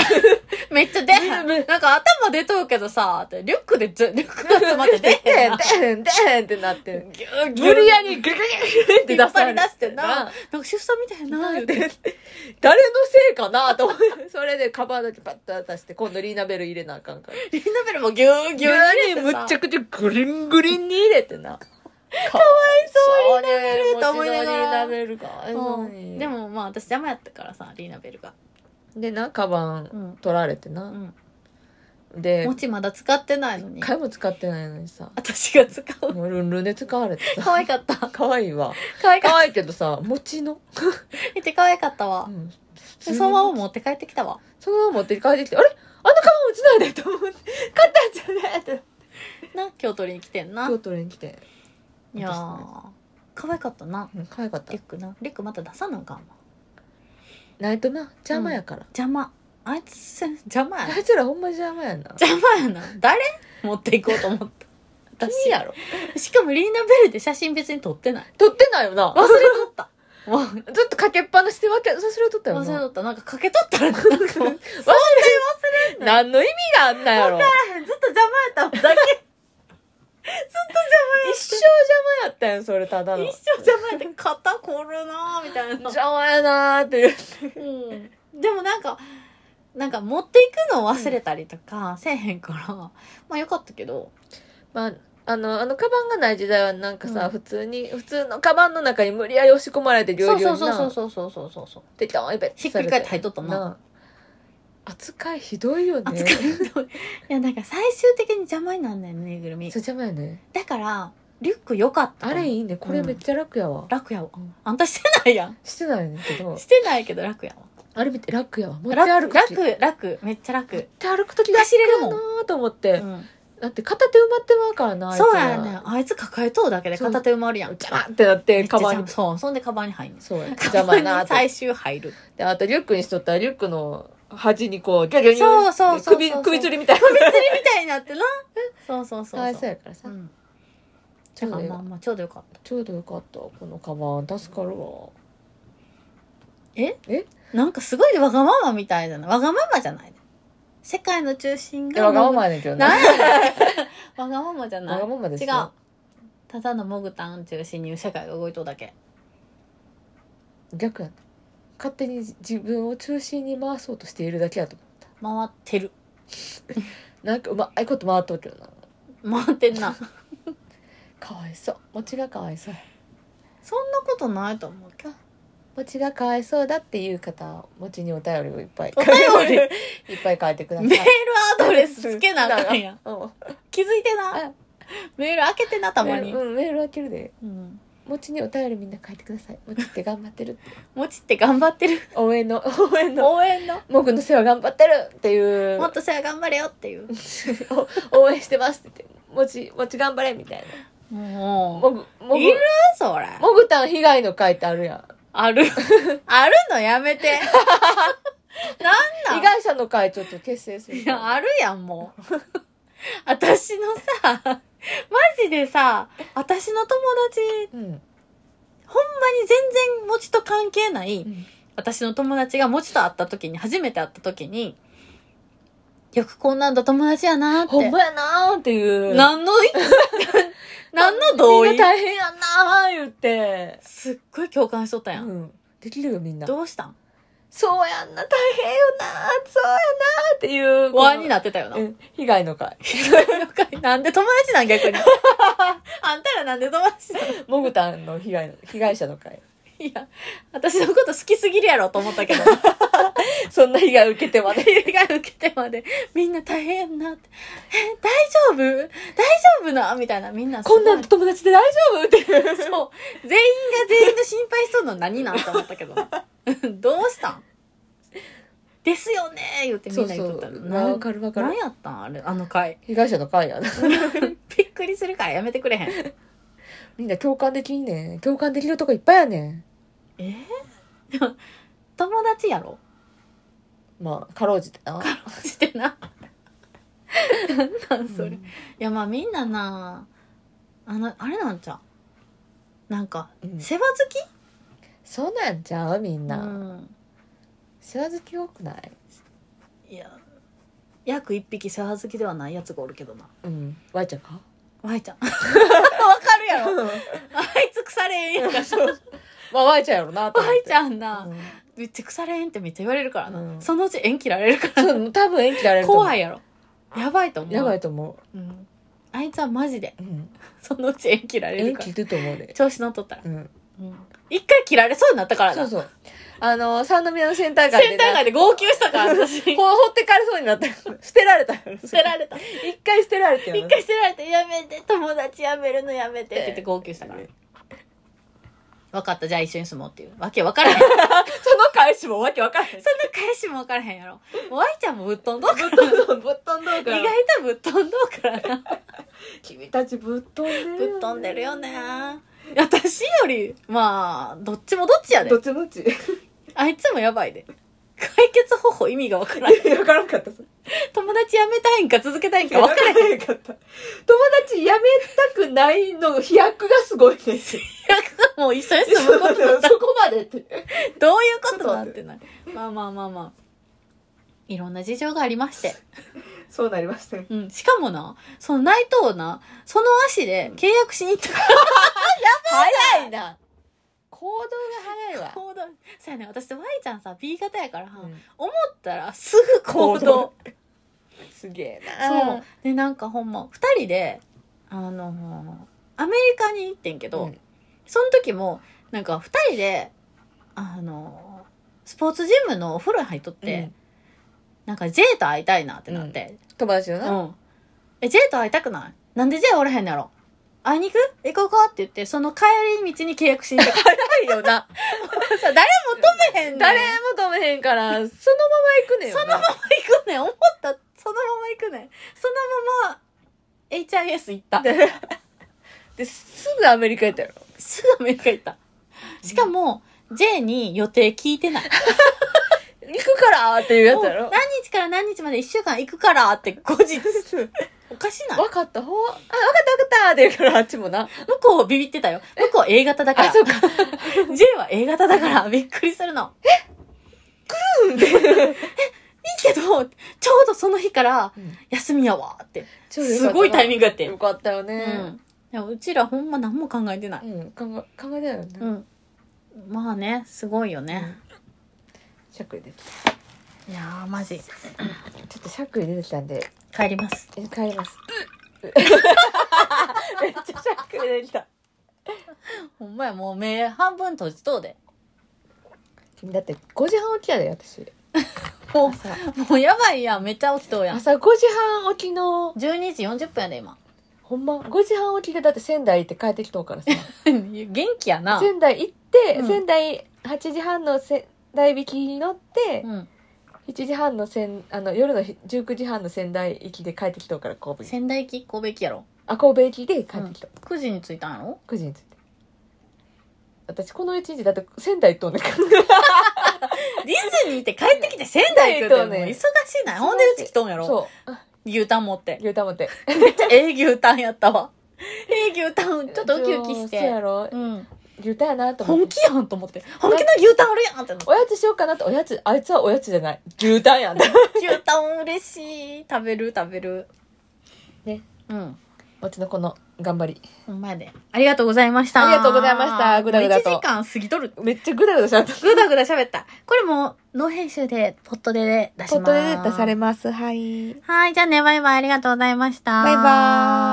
S1: めっちゃ出へん。なんか頭出とうけどさ、リュックでず、リュックが詰まって出
S2: で
S1: へん
S2: へ
S1: な。
S2: ん、でへん、でへんってなって。
S1: ぎゅうぎゅう
S2: 無理やりググググって
S1: 引
S2: 出
S1: っ
S2: さ
S1: 張
S2: れ
S1: り出してな。なんか出産みたいやな、言うて。
S2: 誰のせいかなと思ってそれでカバーだけパッと渡して今度リーナベル入れなあかんから
S1: リーナベルもぎゅうぎゅう
S2: 急
S1: に
S2: に
S1: む
S2: む
S1: っ
S2: っ
S1: ち
S2: ち
S1: ゃ
S2: ゃくちゃグリングリンに入れてなかわい
S1: そう
S2: リーナベ
S1: ルと思いながら
S2: リーナベルかわいそうに
S1: でもまあ私邪魔やったからさ、リーナベルが。
S2: でなカバ
S1: う
S2: ン
S1: ん。
S2: 取られて
S1: う。
S2: なんで
S1: もちまだ使ってないのに
S2: 一。回も使ってないのにさ
S1: 私が使う。
S2: もうルンルンで使われてさ
S1: 可愛かった。
S2: かわいいわ
S1: 可愛かっ
S2: かわいいけどさ餅の
S1: た。見て可愛かったわ。
S2: うん
S1: でそのまま持って帰ってきたわ。
S2: そのまま持って帰ってきて、あれあのカバン落ちないでと思って、買ったんじゃないって。
S1: な、今日取りに来てんな。
S2: 京
S1: い
S2: 都に来て、
S1: やー、可愛かったな。
S2: うん可愛かった
S1: リュッ。クな。リュックまた出さなあかんわ。
S2: ないとな、邪魔やから。
S1: 邪魔。あいつせん、邪魔やな
S2: あ。いつらほんま邪魔やな。
S1: 邪魔やな。誰持っていこうと思 った。
S2: 君やろ。
S1: しかもリーナベルで写真別に撮ってない。
S2: 撮ってないよな。
S1: 忘れとった。もう
S2: ずっとかけっぱなしでわけ、忘れとったよ
S1: 忘れ
S2: な。
S1: とった。なんかかけとったら、 なんか、わから
S2: 何の意味があんなやろ。
S1: へん。ずっと邪魔やっただけ。
S2: 一生邪魔やったよ、それ ただの。
S1: 一生邪魔やって、肩凝るなぁ、みたいな。
S2: 邪魔やなーって言う。
S1: うん。でもなんか、なんか持っていくのを忘れたりとかせえへんから、まあよかったけど。
S2: まあ、あの、あの、カバンがない時代はなんかさ、
S1: うん
S2: 普通に、普通のカバンの中に無理やり押し込まれて、ぎょ
S1: そう
S2: うぎょ
S1: そうう
S2: に
S1: そうそうそうそう
S2: な、
S1: そうそうそう。
S2: でドーンいっぺ
S1: ひっくり返って入っとったな。
S2: な扱いひどいよね
S1: 扱いのいやなんか最終的に邪魔になんだよねぬいぐるみ
S2: そう邪魔やね
S1: だからリュック良かった
S2: あれいいねこれめっちゃ楽やわ、
S1: 楽やわあんたしてないやん
S2: してないねんけど
S1: してないけど楽やわ
S2: あれ見て楽やわ持って歩
S1: 楽
S2: く時持っ
S1: 楽楽めっちゃ楽、
S2: て歩く時楽
S1: 走れるもん
S2: やなと思って、
S1: うん、
S2: だって片手埋まってまうからなあいつら
S1: そうやねんあいつ抱えとうだけで片手埋まるやん
S2: 邪魔ってなって
S1: めっちゃ
S2: カバ
S1: 邪
S2: ン
S1: 魔
S2: に
S1: そうそんでカバンに入んねん
S2: そうや
S1: カ
S2: 邪
S1: バ
S2: 魔
S1: ン
S2: や
S1: に
S2: なと
S1: 最終入る
S2: であとリュックにしとったらリュックの端にこうギャギャギャ
S1: そうそうそうそう
S2: 首首吊りみたいな
S1: 釣りみたいになってなそうそう
S2: かわ
S1: そう
S2: いそう
S1: そう
S2: やからさ、
S1: うん
S2: ち
S1: だ
S2: ょう
S1: か
S2: ど
S1: ら
S2: よ
S1: ま
S2: か
S1: あ
S2: った
S1: まあちょうどよかった
S2: ちょうどよかったこのカバン助かるわ
S1: え
S2: え
S1: なんかすごいわがままみたいだなわがままじゃない世界の中心
S2: いや
S1: が
S2: わがままやねんけどな
S1: なんやねんわがままじゃない。
S2: わがままです
S1: 違う
S2: よ。
S1: ただのモグタン中心に世界が動いとうだけ
S2: 逆やった勝手に自分を中心に回そうとしているだけやと思った
S1: 回ってる
S2: なんかうまいこと回っとるけどな
S1: 回ってんな
S2: かわいそう餅がかわいそう
S1: そんなことないと思うけど
S2: 餅がかわいそうだっていう方は餅にお便りをいっぱい
S1: お便り
S2: いっぱい書いてください
S1: メールアドレスつけなあかんやん
S2: うん
S1: 気づいてな
S2: あ
S1: メール開けてなたまに
S2: うんメール開けるで
S1: うん
S2: 餅にお便りみんな書いてください餅って頑張ってるって
S1: もちって頑張ってる
S2: 応援の応援の
S1: 応援の
S2: 僕の世話頑張ってるっていう
S1: もっとさ頑張れよっていう
S2: お応援してますって言って餅餅頑張れみたいな
S1: も
S2: もぐもぐ
S1: いるそれ
S2: もぐたん被害の会ってあるやん
S1: あ るあるのやめ てなん
S2: 被
S1: なん
S2: 害者の会ちょっと結成する
S1: いやあるやんもう 私のさマジでさ私の友達
S2: う
S1: ほ
S2: ん
S1: んまに全然餅と関係ない
S2: うん
S1: 私の友達がもちと会った時に、初めて会った時に、よくこんなんだ友達やなー
S2: ほん
S1: って。
S2: まやなーっていう
S1: 何の い、何の同
S2: み
S1: 意
S2: んな大変やんなー言って
S1: すっごい共感しとったやん。
S2: うんできるよみんな
S1: どうしたん
S2: そうやんな大変よなーそうやなーっていう
S1: 不安に
S2: な
S1: なってたよな。
S2: 被害の会
S1: なんで友達なん 逆に。あんたらなんで友達なん
S2: もぐたんの被害の被害者の会
S1: いや、私のこと好きすぎるやろと思った けど。
S2: そんな被害受けてまで
S1: 私が受けてま で、みんな大変やんなって。え、大丈夫大丈夫なみたいな、みんなすご
S2: こ
S1: い。
S2: んなん友達で大丈夫って いう
S1: そう。全員が全員の心配しとるの何なんて思ったけどな。 どうしたんですよねー言ってみんな言っとった
S2: そうそう
S1: なん
S2: わかるわかる
S1: 何やったんあれ、あの回。
S2: 被害者の会やな
S1: びっくりするからやめてくれへん。
S2: みんな共感できんねん共感できるとこいっぱいやねん
S1: えー友達やろ
S2: まあかろうじてな
S1: してな。なんなんそれ。
S2: うん
S1: いやまあみんなな、あの、あれなんちゃうなんか、
S2: うん
S1: 世話好き
S2: そうなんちゃうみんな、
S1: うん
S2: 世話好き多くない
S1: いや、約一匹世話好きではないやつがおるけどな。
S2: うんわいちゃんか
S1: ワイちゃ ん。わかるやろ。あいつ腐れへんやんか。
S2: まあわいちゃんやろなと思
S1: ワ
S2: っ
S1: イ
S2: て
S1: ちゃんな
S2: う、ん
S1: めっちゃ腐れへんってめっちゃ言われるからな。
S2: うん
S1: そのうち縁切られるか
S2: そう多分延期ら
S1: ら。
S2: れると思う
S1: 怖いやろ。やばいと思う。
S2: やばいと思
S1: うんあいつはマジで、
S2: う、うん、
S1: そのうち縁切られる
S2: 延
S1: か
S2: 期
S1: ら。
S2: ると思うで、
S1: 調子乗っとったら。
S2: うん、
S1: うん一回切られそうになったから
S2: そ
S1: な。
S2: う
S1: セ
S2: そうあの三宮のセンター街
S1: ンター街
S2: で
S1: で号泣したから、私。 捨
S2: なほ放ってかれそうになったよ 捨てられたよ
S1: てられた。
S2: 一回捨てられたよ
S1: 一回捨てられて、やめて、友達やめるのやめてって言って号泣したから。分かった、じゃあ一緒に住もうっていう。わけ分からへん。
S2: その返しもわけわからへん
S1: そんな返しも分からへんやろ。もうワイちゃんもぶっ飛んどうから。
S2: ぶっ飛んぶっ飛んどう
S1: 意
S2: から
S1: 外とぶっ飛んどうからな。
S2: 君たちぶっ飛んでるよね
S1: ぶっ飛んでるよね。私より、まあ、どっちもどっちやで
S2: ど。っちもどっち
S1: あいつもやばいで。解決方法意味がわ からん。
S2: わからんかったさ
S1: 友達やめたいんか続けたいんか分からへん。
S2: へんかった友達辞めたくないの飛躍がす ごいね
S1: もう一緒に住むことだった。
S2: そこまでって
S1: どういうことだってない。まあまあまあまあ。いろんな事情がありまして。
S2: そうなりましたね
S1: うん。しかもな、その内藤をな、その足で契約しに 行った
S2: 早いな行動が早いわ
S1: 行動そうやね私と Y ちゃんさ B 型やから、
S2: ん
S1: 思ったらすぐ行動
S2: 行動すげえな
S1: そうでなんかほんま2人であのーアメリカに行ってんけど、
S2: うん
S1: その時もなんか2人であのースポーツジムのお風呂に入っとって、
S2: うん
S1: なんか J と会いたいなってなって
S2: 友達よ
S1: 「う
S2: な、
S1: ん、え J と会いたくないなんで J おらへんのやろ会いに行く行こうか」って言ってその帰り道に契約しに行った
S2: いよな
S1: さ誰も止めへんねん
S2: 誰も止めへんからそのまま行くねんよな
S1: 行くねん思ったそのまま行くねんそのまま HIS 行った
S2: でですぐアメリカ行ったよ
S1: すぐアメリカ行ったしかも J に予定聞いてない
S2: 行くからーっていうや
S1: も
S2: つ
S1: う
S2: やろ
S1: 何日から何日まで1週間行くからって後 日おかし ない向
S2: 分かったほうあ分かった分かったって言うからあっちもな
S1: こうビビってたよ向こう A 型だから
S2: あそうか
S1: J は A 型だからびっくりするのえ 来るんえいいけどちょうどその日から
S2: うん
S1: 休みやわって
S2: ちょうどよかった
S1: す
S2: な
S1: ごいタイミングやって
S2: よかったよ
S1: う
S2: ね
S1: ん、いやうちらほんま何も考えてな
S2: う
S1: い
S2: ん、考え考えてないよね。
S1: うん、まあねすごいよね、
S2: しゃっくり出てきた。
S1: いやーマジ
S2: ちょっとしゃっくり出てきたんで、
S1: 帰ります
S2: え帰 ります。めっちゃしゃっくり出てきた。
S1: ほんまやもう目半分閉じとうで
S2: だって5時半起きやで、私。
S1: も
S2: 朝
S1: うもうやばいやんめっちゃ起きとうやん
S2: 朝5時半起きの、
S1: 12時40分やで今
S2: ほんま、5時半起きでだって仙台行って帰ってきとうからさ。
S1: 元気やな
S2: 仙台行って、
S1: うん
S2: 仙台8時半の仙台行きに乗って、
S1: うん
S2: 7時半の仙、あの、夜のひ19時半の仙台行きで帰ってきとうから、神戸に。
S1: 仙台行き神戸行きやろ
S2: あ、神戸行きで帰ってきた。
S1: 9時に着いたんやろ
S2: 9時に着いて。私、この1日だって仙台行っとんねんから。
S1: ディズニーって帰ってきて仙台行くってもう忙しいな。ほんでうち来とんやろ
S2: そう。
S1: 牛タン持って。
S2: 牛タン持って。
S1: めっちゃええ牛タンやったわ。ええ牛タ ン、ちょっとウキウキし
S2: そうや
S1: て。
S2: ろ
S1: うん。
S2: 牛タンやなと思
S1: 本
S2: って。
S1: 気やんと思って。 本気の牛タンあるやんってなって
S2: おやつしようかなって、おやつ、あいつはおやつじゃない。牛タ ンやん。
S1: 牛タン嬉しい。食べる食べる。
S2: ね。
S1: うん。
S2: うちのこの頑張り。
S1: ほんまやで。ありがとうございました。
S2: ありがとうございましたぐだぐだと
S1: もう1時間過ぎとる。
S2: めっちゃグダグダしちゃった。
S1: ぐだぐだ喋った。これも、ノー編集で、ポットで出します。
S2: ポットで出されます。はい。
S1: はい、じゃあね、バイバイありがとうございました。
S2: バイバーイ。